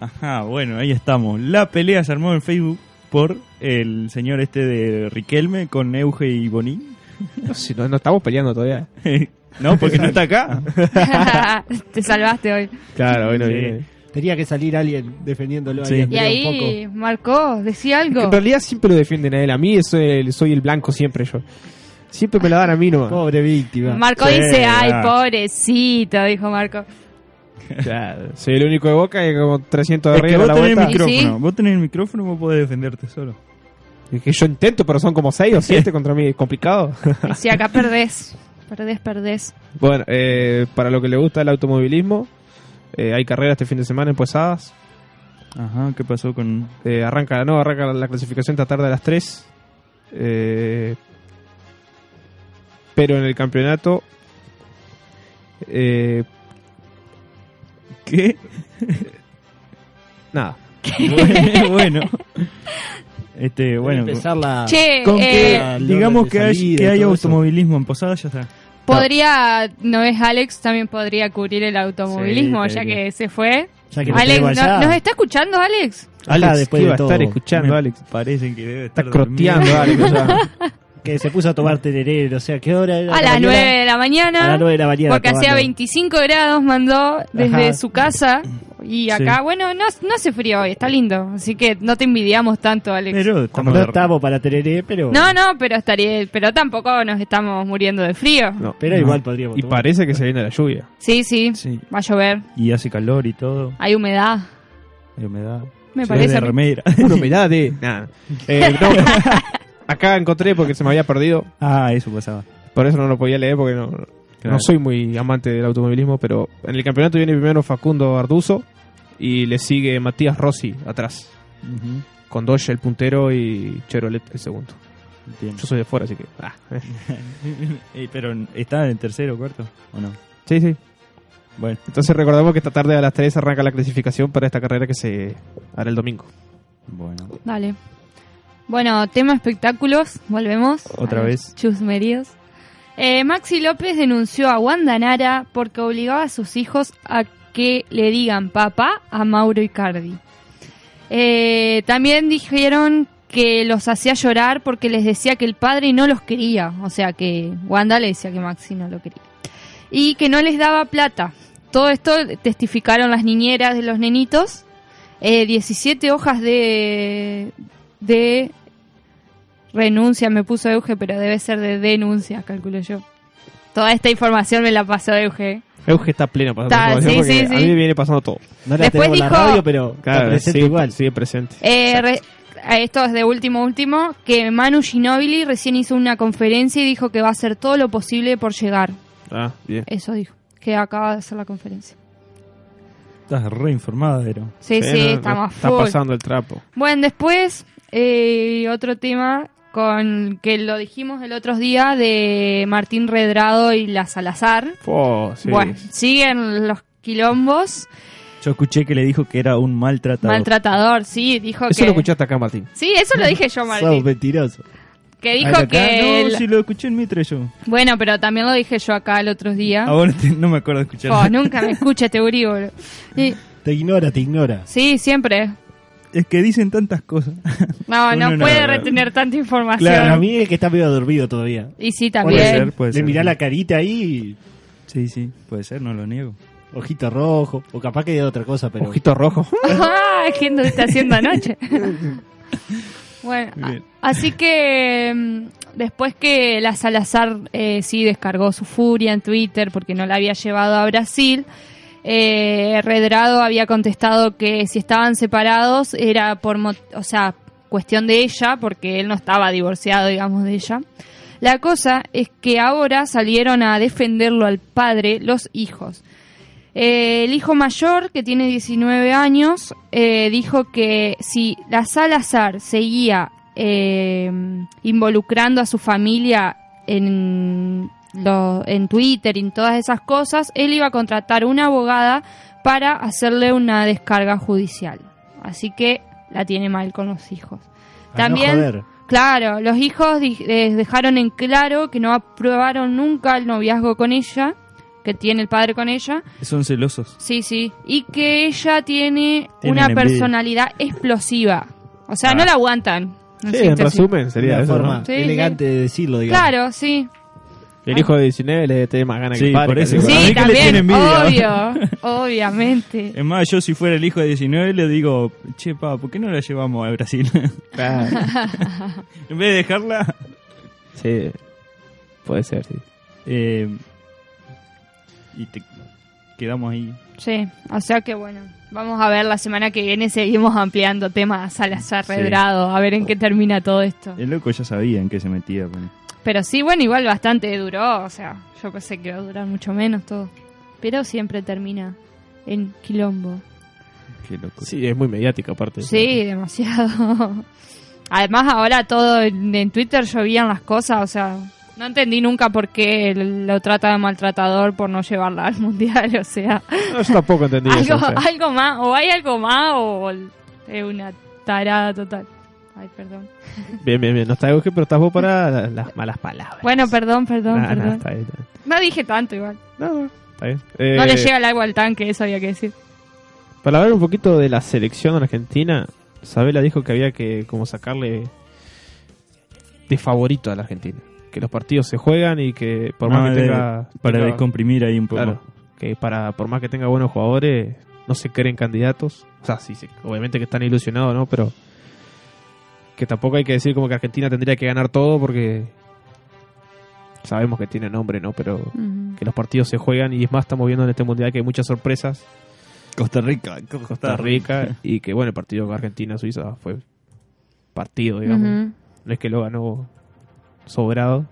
Ajá, bueno, ahí estamos. La pelea se armó en Facebook por el señor este de Riquelme con Euge y Bonín.
No, sé, no- no estamos peleando todavía.
no, porque no está acá.
Te salvaste hoy.
Claro, bueno,
Sí.
viene.
Tenía que salir alguien defendiéndolo
Sí.
ahí,
Y
espera
ahí marcó, decía
En
algo.
realidad siempre lo defienden a él. A mí eso el- soy el blanco siempre yo. Siempre me la dan a mí
un poco.
nomás.
Pobre víctima.
Marco
Sí,
dice, ay,
ah.
pobrecito, dijo Marco.
Claro, soy el único de boca y como 300 de
Es que
arriba a
vos
la
tenés el
vuelta.
micro-
micrófono,
Y sí.
vos tenés el micrófono, vos podés defenderte solo.
Es que yo intento, pero son como 6 o 7 contra mí. Complicado.
Y si acá perdés, perdés, perdés.
Bueno, eh, para lo que le gusta el automovilismo, eh, hay carreras este fin de semana en Posadas.
Ajá, ¿qué pasó con...?
Eh, arranca, no, arranca la, la clasificación esta tarde a las 3. Eh, pero en el campeonato. eh,
¿Qué?
nada.
bueno, bueno.
Eh,
Este, bueno.
empezar la...
Che,
Con que
eh,
Ah, el
digamos
orden de
que hay,
salida
que
y
hay
todo eso.
automovilismo en Posada, ya está.
podría, no es Alex, también podría cubrir el automovilismo,
Sí,
ya
podría.
que se fue.
Ya que
Alex,
tenemos
¿no-
allá.
¿nos está escuchando, Alex?
Ajá, después
¿qué
de
va a
todo.
estar escuchando, Alex?
Parecen que debe estar
Está croteando, Alex. o sea.
Que se puso a tomar tereré, o sea, ¿qué hora era?
A las
mañana?
9 de la mañana.
A las 9 de la mañana.
Porque hacía
tomando.
25 grados, mandó desde
Ajá.
su casa. Y acá, bueno, no, no hace frío hoy, está lindo. Así que no te envidiamos tanto, Alex.
Pero
No
estamos de-
estamos para tereré, pero...
no, no, pero estaría, pero tampoco nos estamos muriendo de frío.
No,
Pero
no.
igual podríamos
Y
tomar.
parece que se viene la lluvia.
Sí, sí,
Sí.
va a llover,
Y hace calor y todo.
hay humedad.
Hay humedad.
Me
Se
parece
ve de
a mí.
remera.
Una humedad de. Nada. Eh, no. acá encontré porque se me había perdido.
ah, eso pasaba.
Por eso no lo podía leer porque no,
Claro.
no soy muy amante del automovilismo, pero en el campeonato viene primero Facundo Arduzo y le sigue Matías Rossi atrás,
Ujú,
con Doge el puntero y Cherolet el segundo.
entiendo.
Yo soy de fuera, así que... ah, eh.
Eh, pero está en tercero o cuarto, ¿o no?
Sí, sí.
Bueno,
Entonces recordamos que esta tarde a las 3 arranca la clasificación para esta carrera que se hará el domingo.
bueno.
Dale. Bueno, tema espectáculos, volvemos.
Otra
a los
vez.
Chusmeríos. Eh, Maxi López denunció a Wanda Nara porque obligaba a sus hijos a que le digan papá a Mauro Icardi. Eh, también dijeron que los hacía llorar porque les decía que el padre no los quería, o sea que Wanda le decía que Maxi no lo quería. Y que no les daba plata. Todo esto testificaron las niñeras de los nenitos eh, 17 hojas de, de renuncia, me puso Euge, pero debe ser de denuncia, calculo yo. Toda esta información me la pasó Euge.
Euge está plena pasando
Está,
todo,
sí,
porque
sí,
a
sí.
mí me viene pasando todo.
No la
Después
tenemos en la
dijo-
radio, pero está presente
sigue,
igual.
sigue presente.
Eh, re- a esto es de último, último, que Manu Ginobili recién hizo una conferencia y dijo que va a hacer todo lo posible por llegar.
Ah, bien.
Eso dijo, que acaba de hacer la conferencia.
Estás re informada, pero.
Sí, sí,
Eh, no,
está
no,
más
Está
full.
pasando el trapo.
Bueno, después eh, otro tema con que lo dijimos el otro día de Martín Redrado y la Salazar.
Oh, sí.
Bueno, siguen los quilombos.
Yo escuché que le dijo que era un maltratador.
Maltratador, sí, dijo
Eso
que...
lo escuchaste acá, Martín.
Sí, eso lo dije yo,
Sos
Martín.
mentiroso.
Que
Ah, ¿era
dijo
acá?
que...
No,
el-
sí lo escuché en Mitre yo.
Bueno, pero también lo dije yo acá el otro día.
Ah,
Ahora te- no me acuerdo de escuchar.
¿Ah? Oh, nunca me escucha este gurí, boludo. Y-
Te ignora, te ignora.
Sí, siempre.
Es que dicen tantas cosas.
No,
Uno
no
no-
puede retener tanta información.
Claro, a mí es el que está medio dormido todavía.
Y sí,
Puede
también.
ser, puede
Le
ser.
mirá la carita ahí,
Sí, sí, puede ser, no lo niego.
ojito rojo, o capaz que de otra cosa, pero...
Ojito rojo.
Ah, ¿Qué no está haciendo anoche? bueno, a-
Bien.
así que mm, después que la Salazar eh, sí descargó su furia en Twitter porque no la había llevado a Brasil, eh, Redrado había contestado que si estaban separados era por, mo- o sea, cuestión de ella porque él no estaba divorciado, digamos, de ella. La cosa es que ahora salieron a defenderlo al padre los hijos. Eh, el hijo mayor, que tiene 19 años, eh, dijo que si la Salazar seguía eh, involucrando a su familia en, lo- en Twitter y en todas esas cosas, él iba a contratar una abogada para hacerle una descarga judicial. Así que la tiene mal con los hijos.
A no joder.
Claro, los hijos di- eh, dejaron en claro que no aprobaron nunca el noviazgo con ella, que tiene el padre con ella.
Son celosos.
Sí, sí. Y que ella tiene
Tienen
una
envidia.
personalidad explosiva. O sea,
Ah.
no la aguantan. en
Sí, en
síntesis.
resumen sería
Una
eso,
forma
¿no?
Sí,
elegante de decirlo, digamos.
Claro, sí.
El hijo de 19 le tiene más ganas
Sí,
que el padre.
por eso.
casi,
Para
Sí,
mí
¿verdad?
que le
también. Oh.
tiene envidia.
Obvio. Obviamente.
Es más, yo si fuera el hijo de 19 le digo, che, pa, ¿por qué no la llevamos a Brasil? en vez de dejarla...
Sí, puede ser, sí.
eh, y te- quedamos ahí.
Sí, o sea que bueno, vamos a ver la semana que viene, seguimos ampliando temas al azar redrado, a ver en qué termina todo esto.
El loco ya sabía en qué se metía. bueno.
Pero sí, bueno, igual bastante duró, o sea, yo pensé que iba a durar mucho menos todo. Pero siempre termina en quilombo.
Qué loco.
Sí, es muy mediática aparte.
Sí, demasiado. Además ahora todo en, en Twitter llovían las cosas, o sea, no entendí nunca por qué lo trata de maltratador por no llevarla al mundial, o sea,
No, yo tampoco entendí eso.
algo,
o sea.
algo más, o hay algo más o es una tarada total. Ay, perdón.
Bien, bien, bien. No está que pero estás vos para la- las malas palabras.
Bueno, perdón, perdón,
Nah, nah,
perdón.
está bien, está bien.
No dije tanto igual.
No, no, está bien.
No le
Eh,
llega el agua al tanque, eso había que decir.
Para hablar un poquito de la selección argentina, Sabela dijo que había que como sacarle de favorito a la Argentina. Que los partidos se juegan y que por más
No,
que
de-
tenga...
para
tenga-
descomprimir ahí un poco.
Claro. Que para, por más que tenga buenos jugadores, no se creen candidatos. O sea, sí, sí, obviamente que están ilusionados, ¿no? Pero que tampoco hay que decir como que Argentina tendría que ganar todo porque sabemos que tiene nombre, ¿no? Pero
Ujú.
que los partidos se juegan y es más, estamos viendo en este mundial que hay muchas sorpresas.
Costa Rica.
Costa Rica y que, bueno, el partido Argentina-Suiza fue partido, digamos.
Ujú.
No es que lo ganó sobrado.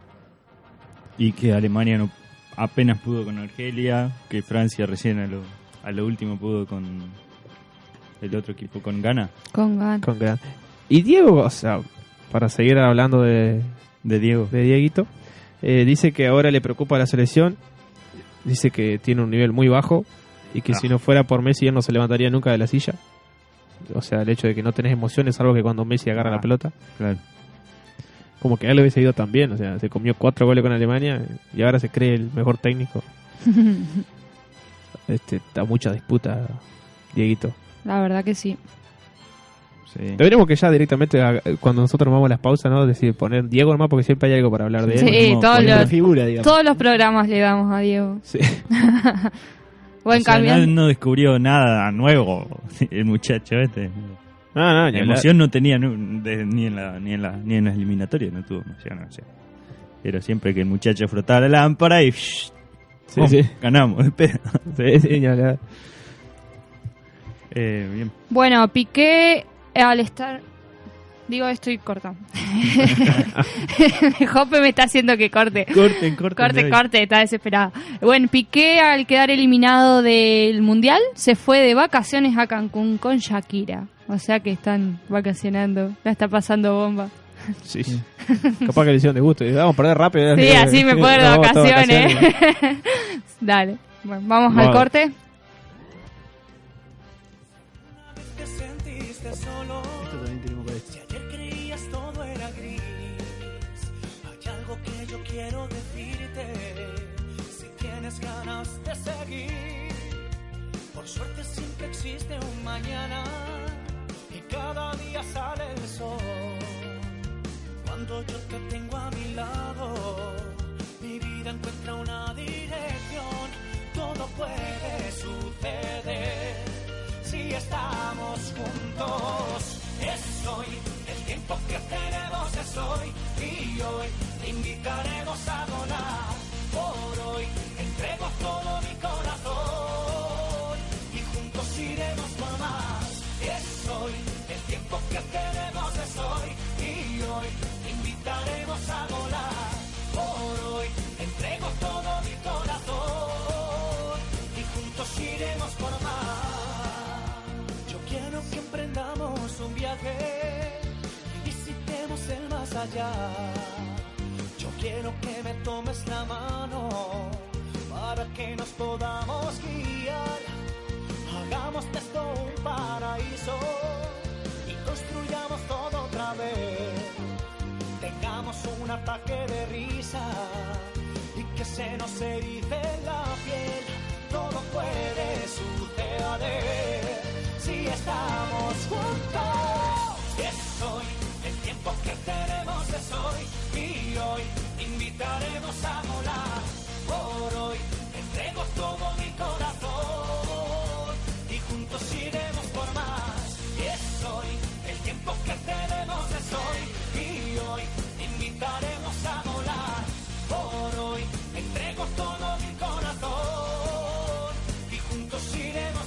Y que Alemania no apenas pudo con Argelia, que Francia recién a lo, a lo último pudo con el otro equipo, con Ghana,
Con ganas.
Con gran... Y Diego, o sea, para seguir hablando de,
de Diego.
de Dieguito. Eh, dice que ahora le preocupa la selección. Dice que tiene un nivel muy bajo y que
Ah.
si no fuera por Messi él no se levantaría nunca de la silla. O sea, el hecho de que no tenés emociones, salvo que cuando Messi agarra la
Ah.
pelota,
Claro.
como que a él le hubiese ido tan bien. O sea, se comió cuatro goles con Alemania y ahora se cree el mejor técnico. Este, está mucha disputa, Dieguito.
La verdad que sí.
Sí.
Deberíamos que ya directamente, a- cuando nosotros armamos las pausas, ¿no? Decir, poner Diego nomás porque siempre hay algo para hablar de él.
Sí,
mismo
todos
ponemos
La
los,
figura, digamos.
todos los programas le damos a Diego.
Sí.
O en
O sea,
cambio,
no, no descubrió nada nuevo el muchacho este.
Ah, No, no, ni
La
hablar.
emoción no tenía nu- de- ni, en la, ni, en la, ni en las eliminatorias, no tuvo emoción. O sea. Era siempre que el muchacho frotaba la lámpara y shh,
Sí,
¡pum!
sí.
ganamos. de pedo.
Sí, sí, ni hablar.
Eh, bien.
Bueno, Piqué eh, al estar... Digo, estoy corta. Jope me está haciendo que corte.
Corten, corten.
Corte, corte, está desesperada. Bueno, Piqué al quedar eliminado del Mundial se fue de vacaciones a Cancún con Shakira. O sea que están vacacionando, la está pasando bomba.
Sí. Capaz que le hicieron de gusto. Y, Vamos a perder rápido.
Sí, así me puedo ir de
Nos vamos todos de
vacaciones. Dale, bueno, vamos al
Vale.
corte.
te sentiste solo.
Esto también tenemos que
Si
decir.
ayer creías todo era gris, hay algo que yo quiero decirte. Si tienes ganas de seguir, por suerte siempre existe un mañana y cada día sale el sol. Cuando yo te tengo a mi lado, mi vida encuentra una dirección. Todo puede suceder si estamos juntos. Es hoy, el tiempo que tenemos es hoy y hoy te invitaremos a volar. Por hoy entrego todo mi corazón y juntos iremos por más. Es hoy, el tiempo que tenemos es hoy y hoy te invitaremos a volar. Por hoy entrego todo mi corazón y juntos iremos por más. Yo quiero que emprendamos un viaje y visitemos el más allá. Yo quiero que me tomes la mano para que nos podamos guiar. Hagamos de esto un paraíso y construyamos todo otra vez. Tengamos un ataque de risa y que se nos erice la piel. Todo puede suceder si estamos juntos. Es hoy, el tiempo que tenemos es hoy y hoy invitaremos a volar. Por hoy entrego todo mi corazón y juntos iremos por más. Y es hoy, el tiempo que tenemos es hoy y hoy te invitaremos a volar. Por hoy entrego todo mi corazón y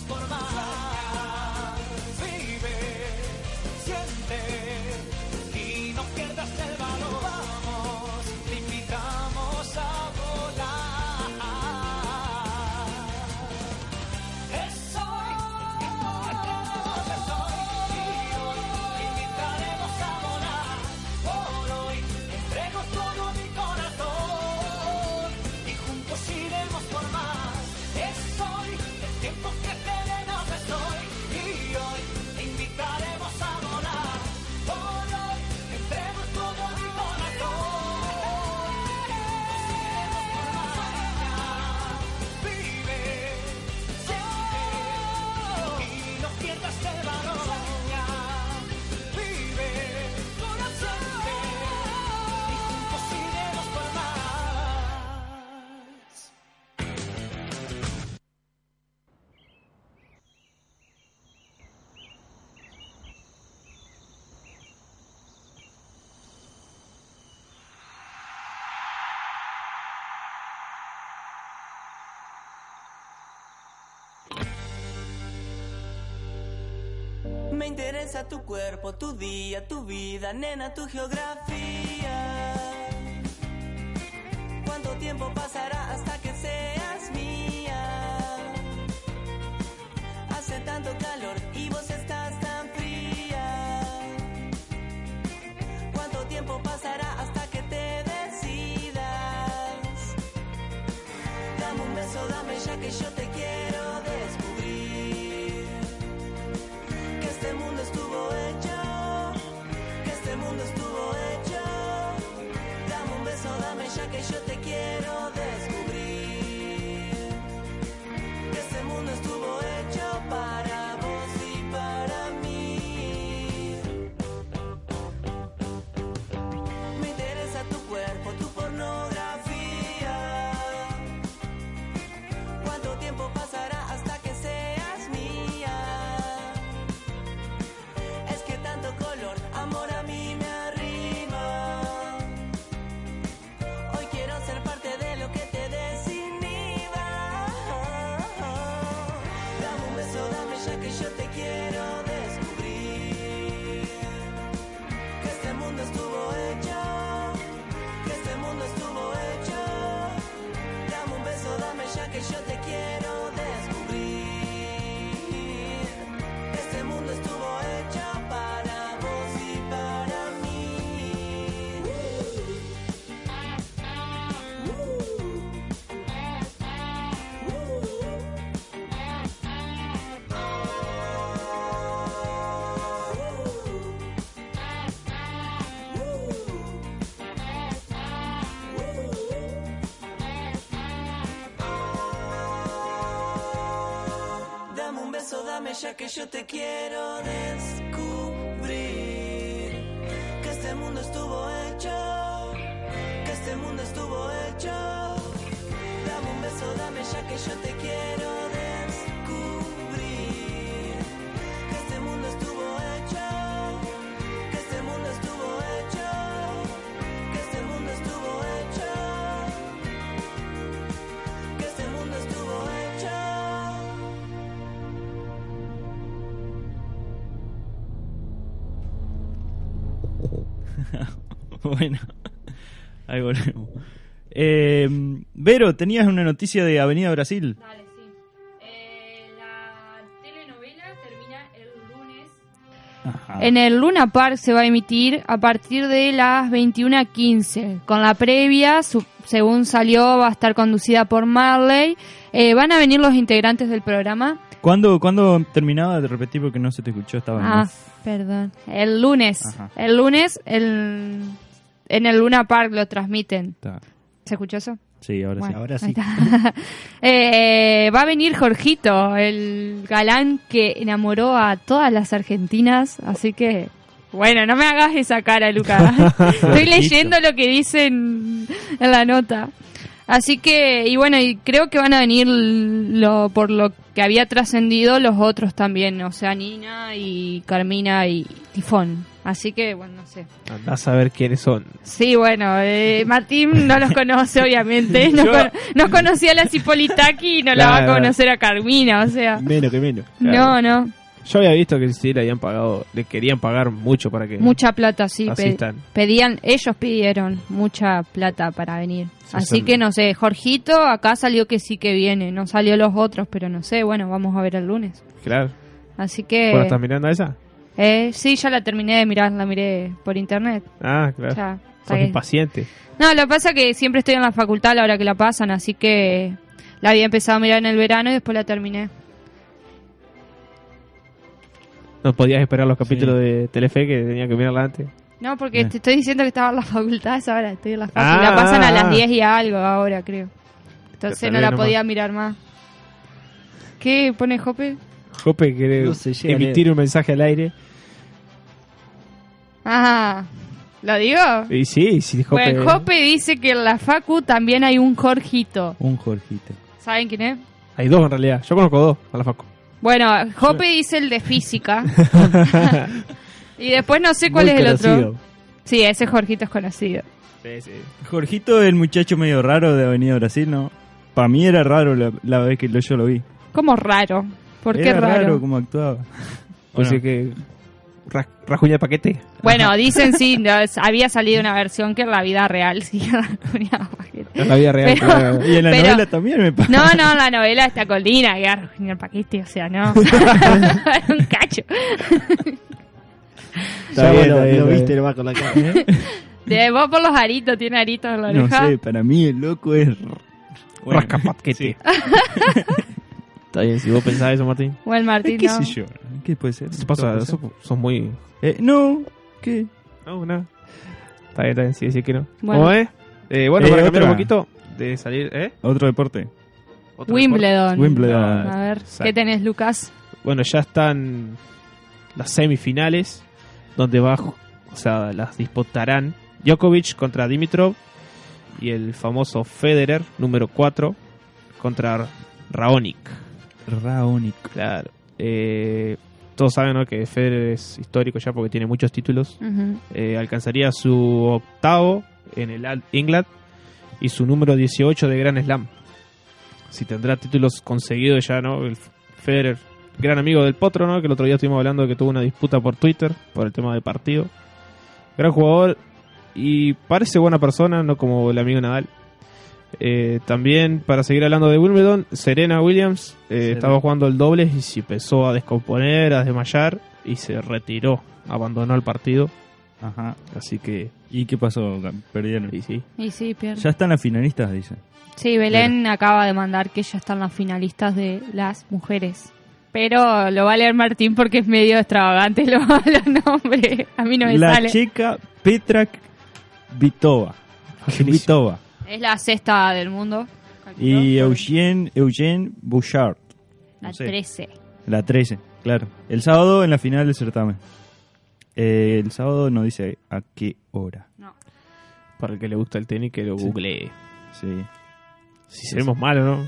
interesa tu cuerpo, tu día, tu vida, nena, tu geografía. ¿Cuánto tiempo pasará hasta que seas mía? Hace tanto calor y vos estás tan fría. ¿Cuánto tiempo pasará hasta que te decidas? Dame un beso, dame ya que yo te quiero descubrir. Que este mundo estuvo hecho, que este mundo estuvo hecho. Dame un beso, dame ya que yo te quiero descubrir. Que este mundo estuvo hecho para vos y para mí. Me interesa tu cuerpo, tu pornografía. ¿Cuánto tiempo pasará hasta que seas mía? Es que tanto color, amor a mí me arrima. Hoy quiero ser parte de lo que te desinhiba. Dame un beso, dame ya que yo te quiero descubrir que este mundo estuvo hecho, que este mundo estuvo hecho. Dame un beso, dame ya que yo te quiero descubrir. Que este mundo estuvo hecho para vos y para mí. Dame un beso, dame ya que yo te quiero descubrir que este mundo estuvo hecho, que este mundo estuvo hecho. Dame un beso, dame ya que yo te quiero descubrir que este mundo estuvo hecho, que este mundo estuvo hecho, que este mundo estuvo hecho, que este mundo estuvo hecho.
bueno, ahí volvemos. Eh, Vero, tenías una noticia de Avenida Brasil.
Dale, sí. la telenovela termina el lunes.
Ajá.
En el Luna Park se va a emitir a partir de las 21.15. Con la previa, su- según salió, va a estar conducida por Marley. Eh, van a venir los integrantes del programa.
¿Cuándo, ¿Cuándo terminaba de repetir porque no se te escuchó? Estaba en
Ah,
off.
perdón. El lunes.
Ajá.
El lunes el, en el Luna Park lo transmiten.
Está.
¿Se escuchó eso?
Sí, ahora
Bueno.
Ahora
Ahí
sí.
está. Eh, va a venir Jorgito, el galán que enamoró a todas las argentinas, así que... Bueno, no me hagas esa cara, Luca. Estoy
Jorgito.
leyendo lo que dicen en la nota. Así que, y bueno, y creo que van a venir lo, por lo que había trascendido los otros también, o sea, Nina y Carmina y Tifón. Así que, bueno, no sé.
Andá a saber quiénes son.
Sí, bueno, eh, Martín no los conoce, obviamente. No,
Yo-
cono- no conocía a la Cipolitaki y no la va
Claro.
a conocer a Carmina, o sea.
Menos que menos.
No, no.
Yo había visto que sí le habían pagado, le querían pagar mucho para que
Mucha plata, sí. pe-
asistan.
pedían, ellos pidieron mucha plata para venir.
Sí,
Así
son-
que no sé, Jorgito acá salió que sí que viene. No salió los otros, pero no sé. Bueno, vamos a ver el lunes.
Claro.
Así que.
Bueno, ¿estás mirando a esa?
eh, sí, ya la terminé de mirar, la miré por internet.
Ah, claro.
Ya, está
Sos
bien.
impaciente.
No, lo que pasa es que siempre estoy en la facultad a la hora que la pasan, así que la había empezado a mirar en el verano y después la terminé.
No podías esperar los capítulos de Telefe que tenía que mirarla antes.
No, porque
Bien.
te estoy diciendo que estaba en la facultad a esa hora, estoy en la facu.
Ah,
la pasan a
ah,
las
ah.
10 y algo ahora, creo.
Te
Entonces no la
salvé
podía mirar más. ¿Qué pone Jope?
Jope quiere
No se eh. llega a
emitir un mensaje al aire.
Ah, ¿lo digo?
Y sí, sí, Jope.
Bueno, Jope dice que en la facu también hay un Jorgito.
Un Jorgito.
¿Saben quién es?
Hay dos en realidad. Yo conozco dos a la facu.
Bueno, Jope dice el de física. y después no sé cuál
Muy
es el otro.
conocido.
Sí, ese Jorgito es conocido.
Sí, sí.
Jorgito, el muchacho medio raro de Avenida Brasil, ¿no? Para mí era raro la, la vez que lo- yo lo vi.
Como raro. ¿Por qué
era
raro?
como actuaba. Bueno,
Pues
Eh,
sí que ra- rajuña de paquete.
Bueno, dicen sí, no, es- había salido una versión que en la vida real sí. arruinaba paquete.
En la vida real.
Pero-
claro.
Y en la
Pero-
novela también me pasa.
No, no, la novela está colina y arruinar paquete, o sea, no. Era un cacho.
Está
ya
bien,
bueno,
está bien,
lo
está
viste
bien. ¿Eh?
nomás con la cara.
De, vos por los aritos, tiene aritos en la
No
oreja.
sé, para mí el loco es... Bueno,
Rascapaquete.
sí.
Está bien, si vos pensás eso, Martín.
O el Martín,
¿Qué
no.
sé yo? ¿Qué puede ser?
¿Qué te pasa?
¿Puede ser?
Sos, sos muy.
Eh, no, ¿qué?
No, nada. Está bien, está bien, sí, sí que no.
Bueno.
¿Cómo es? Eh, bueno,
Eh,
para cambiar
otra.
un poquito de salir, ¿eh?
¿Otro deporte?
Otro
Wimbledon.
Wimbledon.
A ver,
Exacto.
¿qué tenés, Lucas?
deporte. Bueno, ya están las semifinales, donde va, ju- o sea, las disputarán Djokovic contra Dimitrov y el famoso Federer, número 4, contra Raonic.
Raonic.
Claro. Eh, todos saben ¿no? que Federer es histórico ya porque tiene muchos títulos.
Ujú.
Eh, alcanzaría su octavo en el All England y su número 18 de Grand Slam. Si tendrá títulos conseguidos ya, ¿no? El Federer, gran amigo del Potro, ¿no? Que el otro día estuvimos hablando de que tuvo una disputa por Twitter por el tema de partido. Gran jugador y parece buena persona, no como el amigo Nadal. Eh, también, para seguir hablando de Wimbledon, Serena Williams eh,
Serena.
estaba jugando el doble y se empezó a descomponer, a desmayar y se retiró, abandonó el partido.
Ajá.
Así que,
¿Y qué pasó? Gan- Perdieron.
sí, sí.
Y sí, pierde.
Ya están las finalistas, dicen.
Sí, Belén acaba de mandar que ya están las finalistas de las mujeres. Pero lo va a leer Martín porque es medio extravagante lo- los nombres. A mí no me
la
sale.
checa Petra Vitova. Vitova.
Es la sexta del mundo.
Y Eugene, Eugene Bouchard.
La
no sé.
13.
La 13, claro. El sábado en la final del certamen. Eh, el sábado no dice a qué hora.
Para el que le gusta el tenis, que lo
Sí.
googlee.
Sí.
Si seremos malos, ¿no?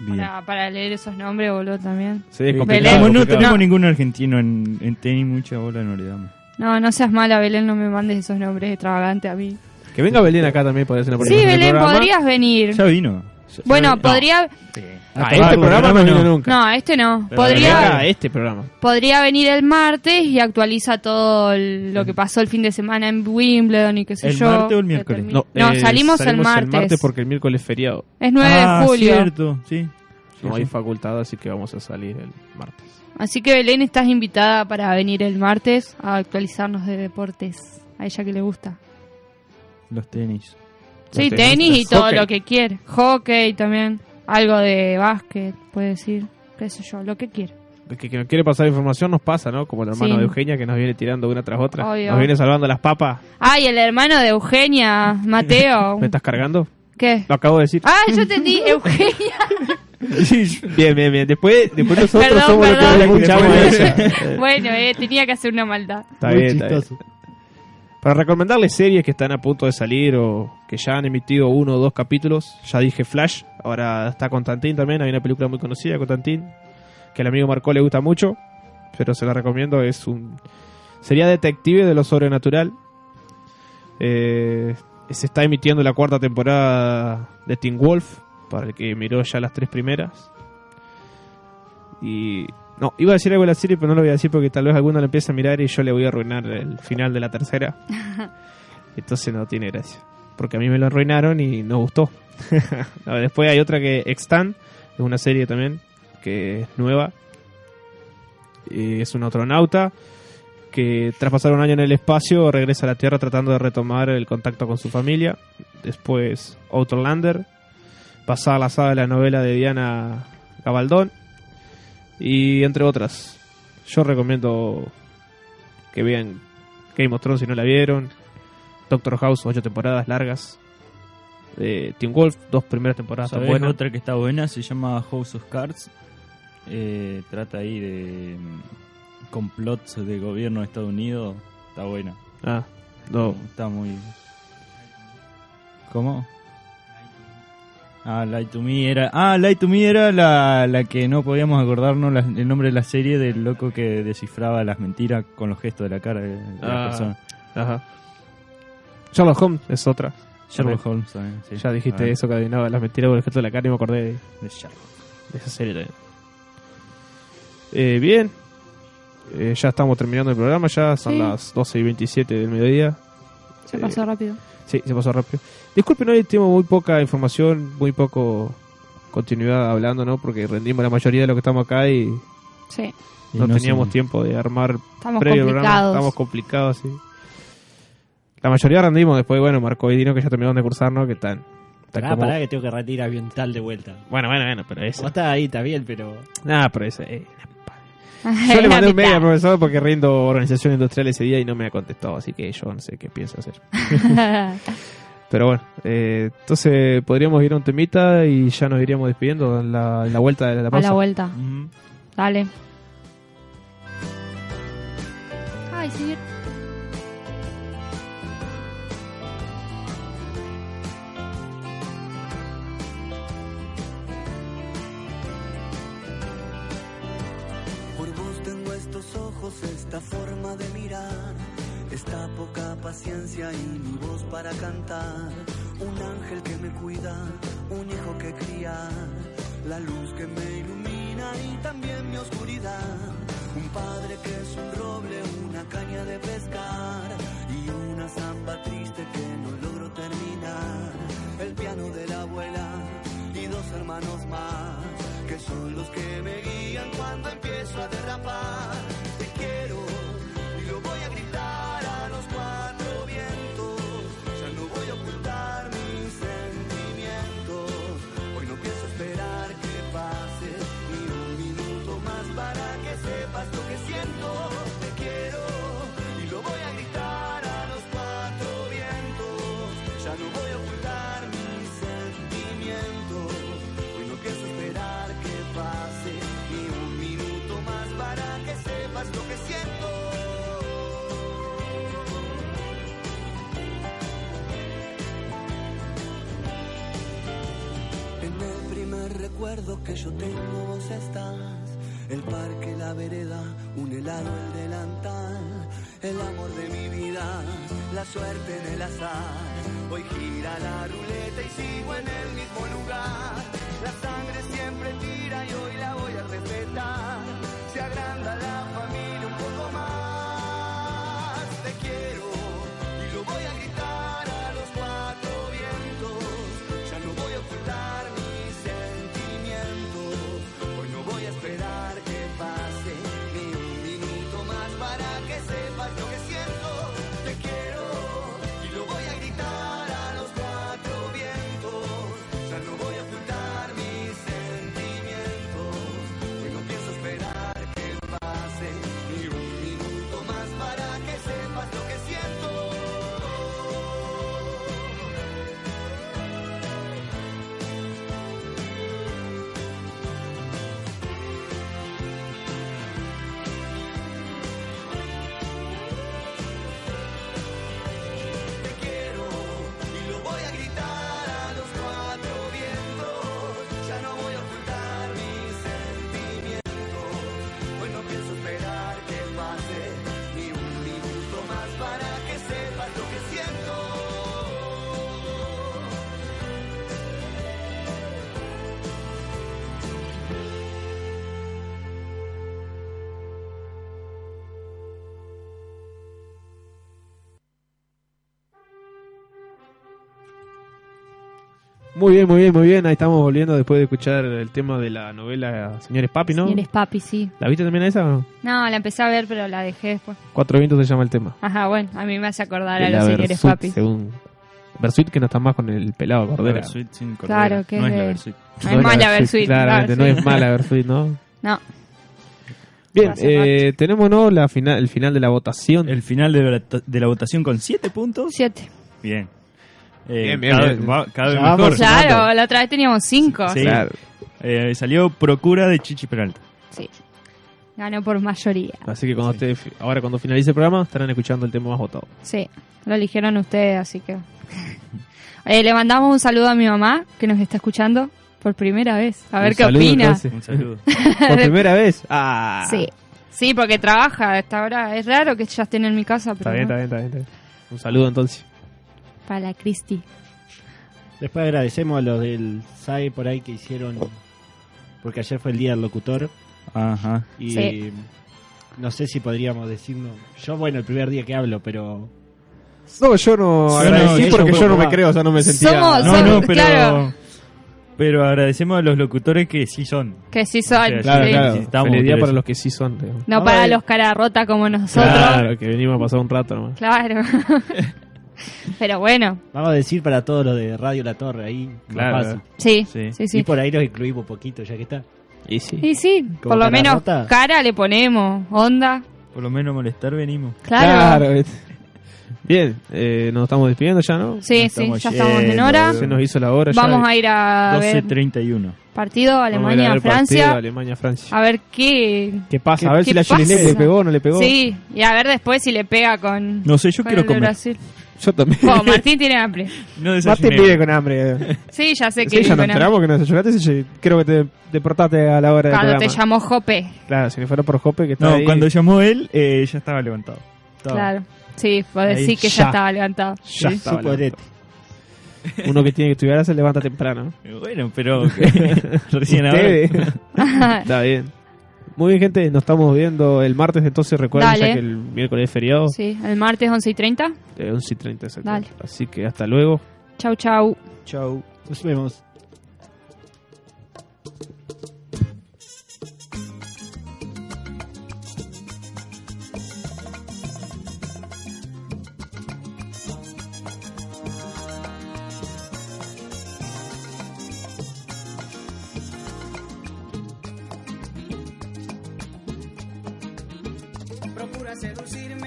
Bien.
Para, para leer esos nombres, boludo, también.
Sí, es
Sí,
complicado.
Como no
complicado.
tenemos ningún argentino en, en tenis, mucha bola no le damos.
No, no seas mala, Belén, no me mandes esos nombres extravagantes a mí.
Que venga Belén acá también para hacer una
Sí,
presentación del
Belén,
programa.
podrías venir.
Ya vino. Ya-
Bueno,
ya vino.
podría...
Ah,
Hasta
este
abajo,
programa no vino nunca.
No, este no.
Pero
Podría...
Podría...
Venga a este programa.
podría venir el martes y actualiza todo el- lo que pasó el fin de semana en Wimbledon y qué sé
¿El
yo.
martes o el
que
miércoles?
termine- No,
eh,
salimos, el martes.
porque el miércoles es feriado.
Es 9
Ah,
de julio.
cierto, sí. Sí,
No hay
sí.
facultad, así que vamos a salir el martes.
Así que Belén, estás invitada para venir el martes a actualizarnos de deportes. A ella que le gusta.
Los tenis.
Sí,
tenis,
tenis y
eh,
todo
hockey.
lo que quiere. Hockey también. Algo de básquet, puede decir. Qué sé yo, lo que quiera.
El que, que nos quiere pasar información nos pasa, ¿no? Como el hermano
Sí.
de Eugenia que nos viene tirando una tras otra.
Obvio.
Nos viene salvando las papas.
Ay, el hermano de Eugenia, Mateo.
¿Me estás cargando?
¿Qué?
Lo acabo de decir.
Ah, yo entendí, Eugenia.
Bien, bien, bien. Después, después nosotros
Perdón,
somos
perdón.
los que la escuchamos. a ella.
bueno, eh, tenía que hacer una maldad.
Está
Muy
bien, está bien.
chistoso.
Para recomendarles series que están a punto de salir o que ya han emitido uno o dos capítulos, ya dije Flash, ahora está Constantín también, hay una película muy conocida, Constantín, que al amigo Marco le gusta mucho, pero se la recomiendo, es un... Sería Detective de lo Sobrenatural. Eh, se está emitiendo la cuarta temporada de Teen Wolf, para el que miró ya las tres primeras. Y... No, iba a decir algo de la serie, pero no lo voy a decir porque tal vez alguno la empiece a mirar y yo le voy a arruinar el final de la tercera. Entonces no tiene gracia. Porque a mí me lo arruinaron y no gustó. No, Después hay otra que Extant, es una serie también, que es nueva. Y Eh, es un astronauta que tras pasar un año en el espacio regresa a la Tierra tratando de retomar el contacto con su familia. Después Outlander, pasada la saga de la novela de Diana Gabaldón. Y entre otras. Yo recomiendo que vean Game of Thrones si no la vieron. Doctor House, ocho temporadas largas. Eh, Teen Wolf, dos primeras temporadas tan
¿Sabés
buenas.
otra que está buena? Se llama House of Cards. Eh, trata ahí de mm, complots del gobierno de Estados Unidos. Está buena.
Ah, no.
Está muy... ¿Cómo? Ah, Lie to Me era... Ah, Lie to Me era la, la que no podíamos acordarnos la- el nombre de la serie del loco que descifraba las mentiras con los gestos de la cara de, de la
Ah.
persona.
Ajá. Sherlock Holmes es otra.
Sherlock Holmes también. sí.
Ya dijiste
Ah,
eso que adivinaba las mentiras por el gesto de la cara y me acordé de,
de Sherlock.
de esa serie también. Eh, bien, Eh, ya estamos terminando el programa, ya son
Sí.
las 12 y 27 del mediodía.
Se
Eh,
pasó rápido.
Sí, se pasó rápido. Disculpen, hoy tenemos muy poca información, muy poco continuidad hablando, ¿no? Porque rendimos la mayoría de lo que estamos acá y
Sí,
no, teníamos tiempo de armar
estamos
previo al programa.
complicados.
Estamos complicados, sí. La mayoría rendimos después, bueno, Marco y Dino que ya terminaron de cursar, ¿no? Que están. están
Pará,
como-
Ah, pará, que tengo que rendir ambiental de vuelta.
Bueno, bueno, bueno, pero
Vos
ese.
estás ahí, está bien, pero.
Nada, pero ese. eh. Yo le mandé un mail al profesor porque rindo organización industrial ese día y no me ha contestado, así que yo no sé qué pienso hacer. Pero bueno, eh, entonces podríamos ir a un temita y ya nos iríamos despidiendo en la, en la vuelta de la
A la
pausa.
vuelta.
Ujú.
Dale. Ay, sí.
Por vos tengo estos ojos, esta forma de mirar, esta poca paciencia y mi voz para cantar. Un ángel que me cuida, un hijo que cría, la luz que me ilumina y también mi oscuridad. Un padre que es un roble, una caña de pescar y una zamba triste que no logro terminar. El piano de la abuela y dos hermanos más que son los que me guían cuando empiezo a derrapar. Te quiero y lo voy a gritar a los cuatro vientos. Ya no voy a ocultar mis sentimientos. Hoy no pienso esperar que pase ni un minuto más para que sepas lo que siento. Te quiero y lo voy a gritar a los cuatro vientos. Ya no voy a ocultar mis sentimientos. Hoy no pienso esperar que pase ni un minuto más para que sepas lo que siento. En el primer recuerdo que yo tengo vos estás El parque, la vereda, un helado, el delantal El amor de mi vida, la suerte en el azar Hoy gira la ruleta y sigo en el mismo lugar La sangre siempre tira y hoy la voy a respetar Se agranda la familia un poco más Te quiero y lo voy a gritar a los cuatro vientos Ya no voy a ocultar mi sentimiento. Hoy no voy a esperar que pase ni un minuto más para que sepas lo que siento. Te quiero y lo voy a gritar a los cuatro vientos. Ya no voy a ocultar mi sentimiento. Hoy no pienso esperar que pase ni un minuto más para que sepas lo que siento. y lo voy a gritar a los cuatro vientos. Ya no voy a ocultar mi sentimiento. Hoy no pienso esperar que pase ni un minuto más para que sepas lo que siento.
Muy bien, muy bien, muy bien. Ahí estamos volviendo después de escuchar el tema de la novela Señores Papi, ¿no?
Eres papi, sí.
¿La viste también a esa? o no?
No, la empecé a ver, pero la dejé después.
Cuatro vientos se llama el tema.
Ajá, bueno, a mí me hace acordar a
De la
los señores
Versuit,
papi.
Según Versuit que no está más con el pelado
La
Cordera.
Versuit sin Cordera.
Claro, que
no
es
es la
de-
Versuit.
No es mala Versuit.
Claramente, no es
Versuit.
mala Versuit, ¿no?
No,
Bien,
Hace rato.
eh, tenemos ¿no? la final, el final de la votación.
El final de la, de la votación con 7 puntos.
siete.
Bien. Eh,
Bien, bien,
cada,
bien.
va- cada vez
Ya
mejor.
vamos.
Claro,
sumando.
la otra vez teníamos cinco.
Sí. Eh, salió Procura de Chichi Peralta.
Sí. Ganó por mayoría.
Así que cuando
Sí.
ustedes fi- ahora cuando finalice el programa estarán escuchando el tema más votado.
Sí, lo eligieron ustedes, así que. Eh, le mandamos un saludo a mi mamá, que nos está escuchando por primera vez. A ver
Un
qué
saludo,
opina.
entonces.
Un saludo.
Por primera vez. Ah.
Sí. Sí, porque trabaja a esta hora. Es raro que ya estén en mi casa, pero
Está bien,
no.
está bien, está bien, está bien. Un saludo entonces.
para la Cristi.
Después agradecemos a los del SAE por ahí que hicieron. Porque ayer fue el día del locutor.
Ajá.
Y
Sí.
no sé si podríamos decirnos. Yo, bueno, el primer día que hablo, pero.
No, yo no
Yo
agradecí
no, yo
porque
puedo
yo no me
probar.
creo, o sea, no me sentía.
Somos-
No,
Son-
no, pero.
claro.
Pero agradecemos a los locutores que sí son.
Que sí
O
son.
sea,
Claro,
sí.
claro.
Necesitamos
Feliz día
ustedes.
para los que sí son. digamos.
No para los cara rota como nosotros.
Ah.
Claro, que venimos a pasar un rato nomás.
Claro. Pero bueno,
Vamos a decir para todos los de Radio La Torre ahí. más
Claro.
fácil.
sí,
Sí.
sí,
Y
sí.
por ahí los incluimos poquito, ya que está.
Y sí.
Y sí, por lo
cara
menos
rota?
cara le ponemos, onda,
Por lo menos molestar venimos.
claro.
¿viste? Bien, eh, nos estamos despidiendo ya, ¿no? eh,
Sí,
Estamos
sí, ya estamos en
yendo,
hora.
Se nos hizo la hora. ya.
Vamos a ir a ver
12.31.
partido
Vamos a ir a ver
Alemania-Francia.
partido, Alemania-Francia.
A ver qué.
¿Qué pasa?
¿Qué-
a ver si
qué
la
pasa?
Julinet le pegó o no le pegó.
Sí, y a ver después si le pega con.
No sé, yo
con
quiero
el de
comer.
Brasil.
Yo también.
Oh, Martín tiene hambre.
No
Más te
desayuné.
pide con hambre.
Sí, ya sé que.
Sí, ya nos
con hambre.
enteramos que no desayunaste. sí, Creo que te deportaste a la hora del
Cuando te
programa.
llamó Jope.
Claro, si no fuera por Jope que está
No,
ahí.
cuando llamó él, eh, ya estaba levantado. Estaba-
Claro. Sí, vos decís
Ahí,
que
ya.
ya estaba levantado.
Ya
Sí,
estaba
suponete.
levantado. Uno que tiene que estudiar se levanta temprano.
Bueno, pero recién
Ustedes.
ahora.
Está bien. Muy bien, gente. Nos estamos viendo el martes. Entonces recuerden ya
Dale.
que el miércoles es feriado.
Sí, el martes 11 y 30.
eh, 11 y 30 exacto.
Dale.
Así que hasta luego.
Chau, chau.
Chau. Nos vemos.
Procura seducirme.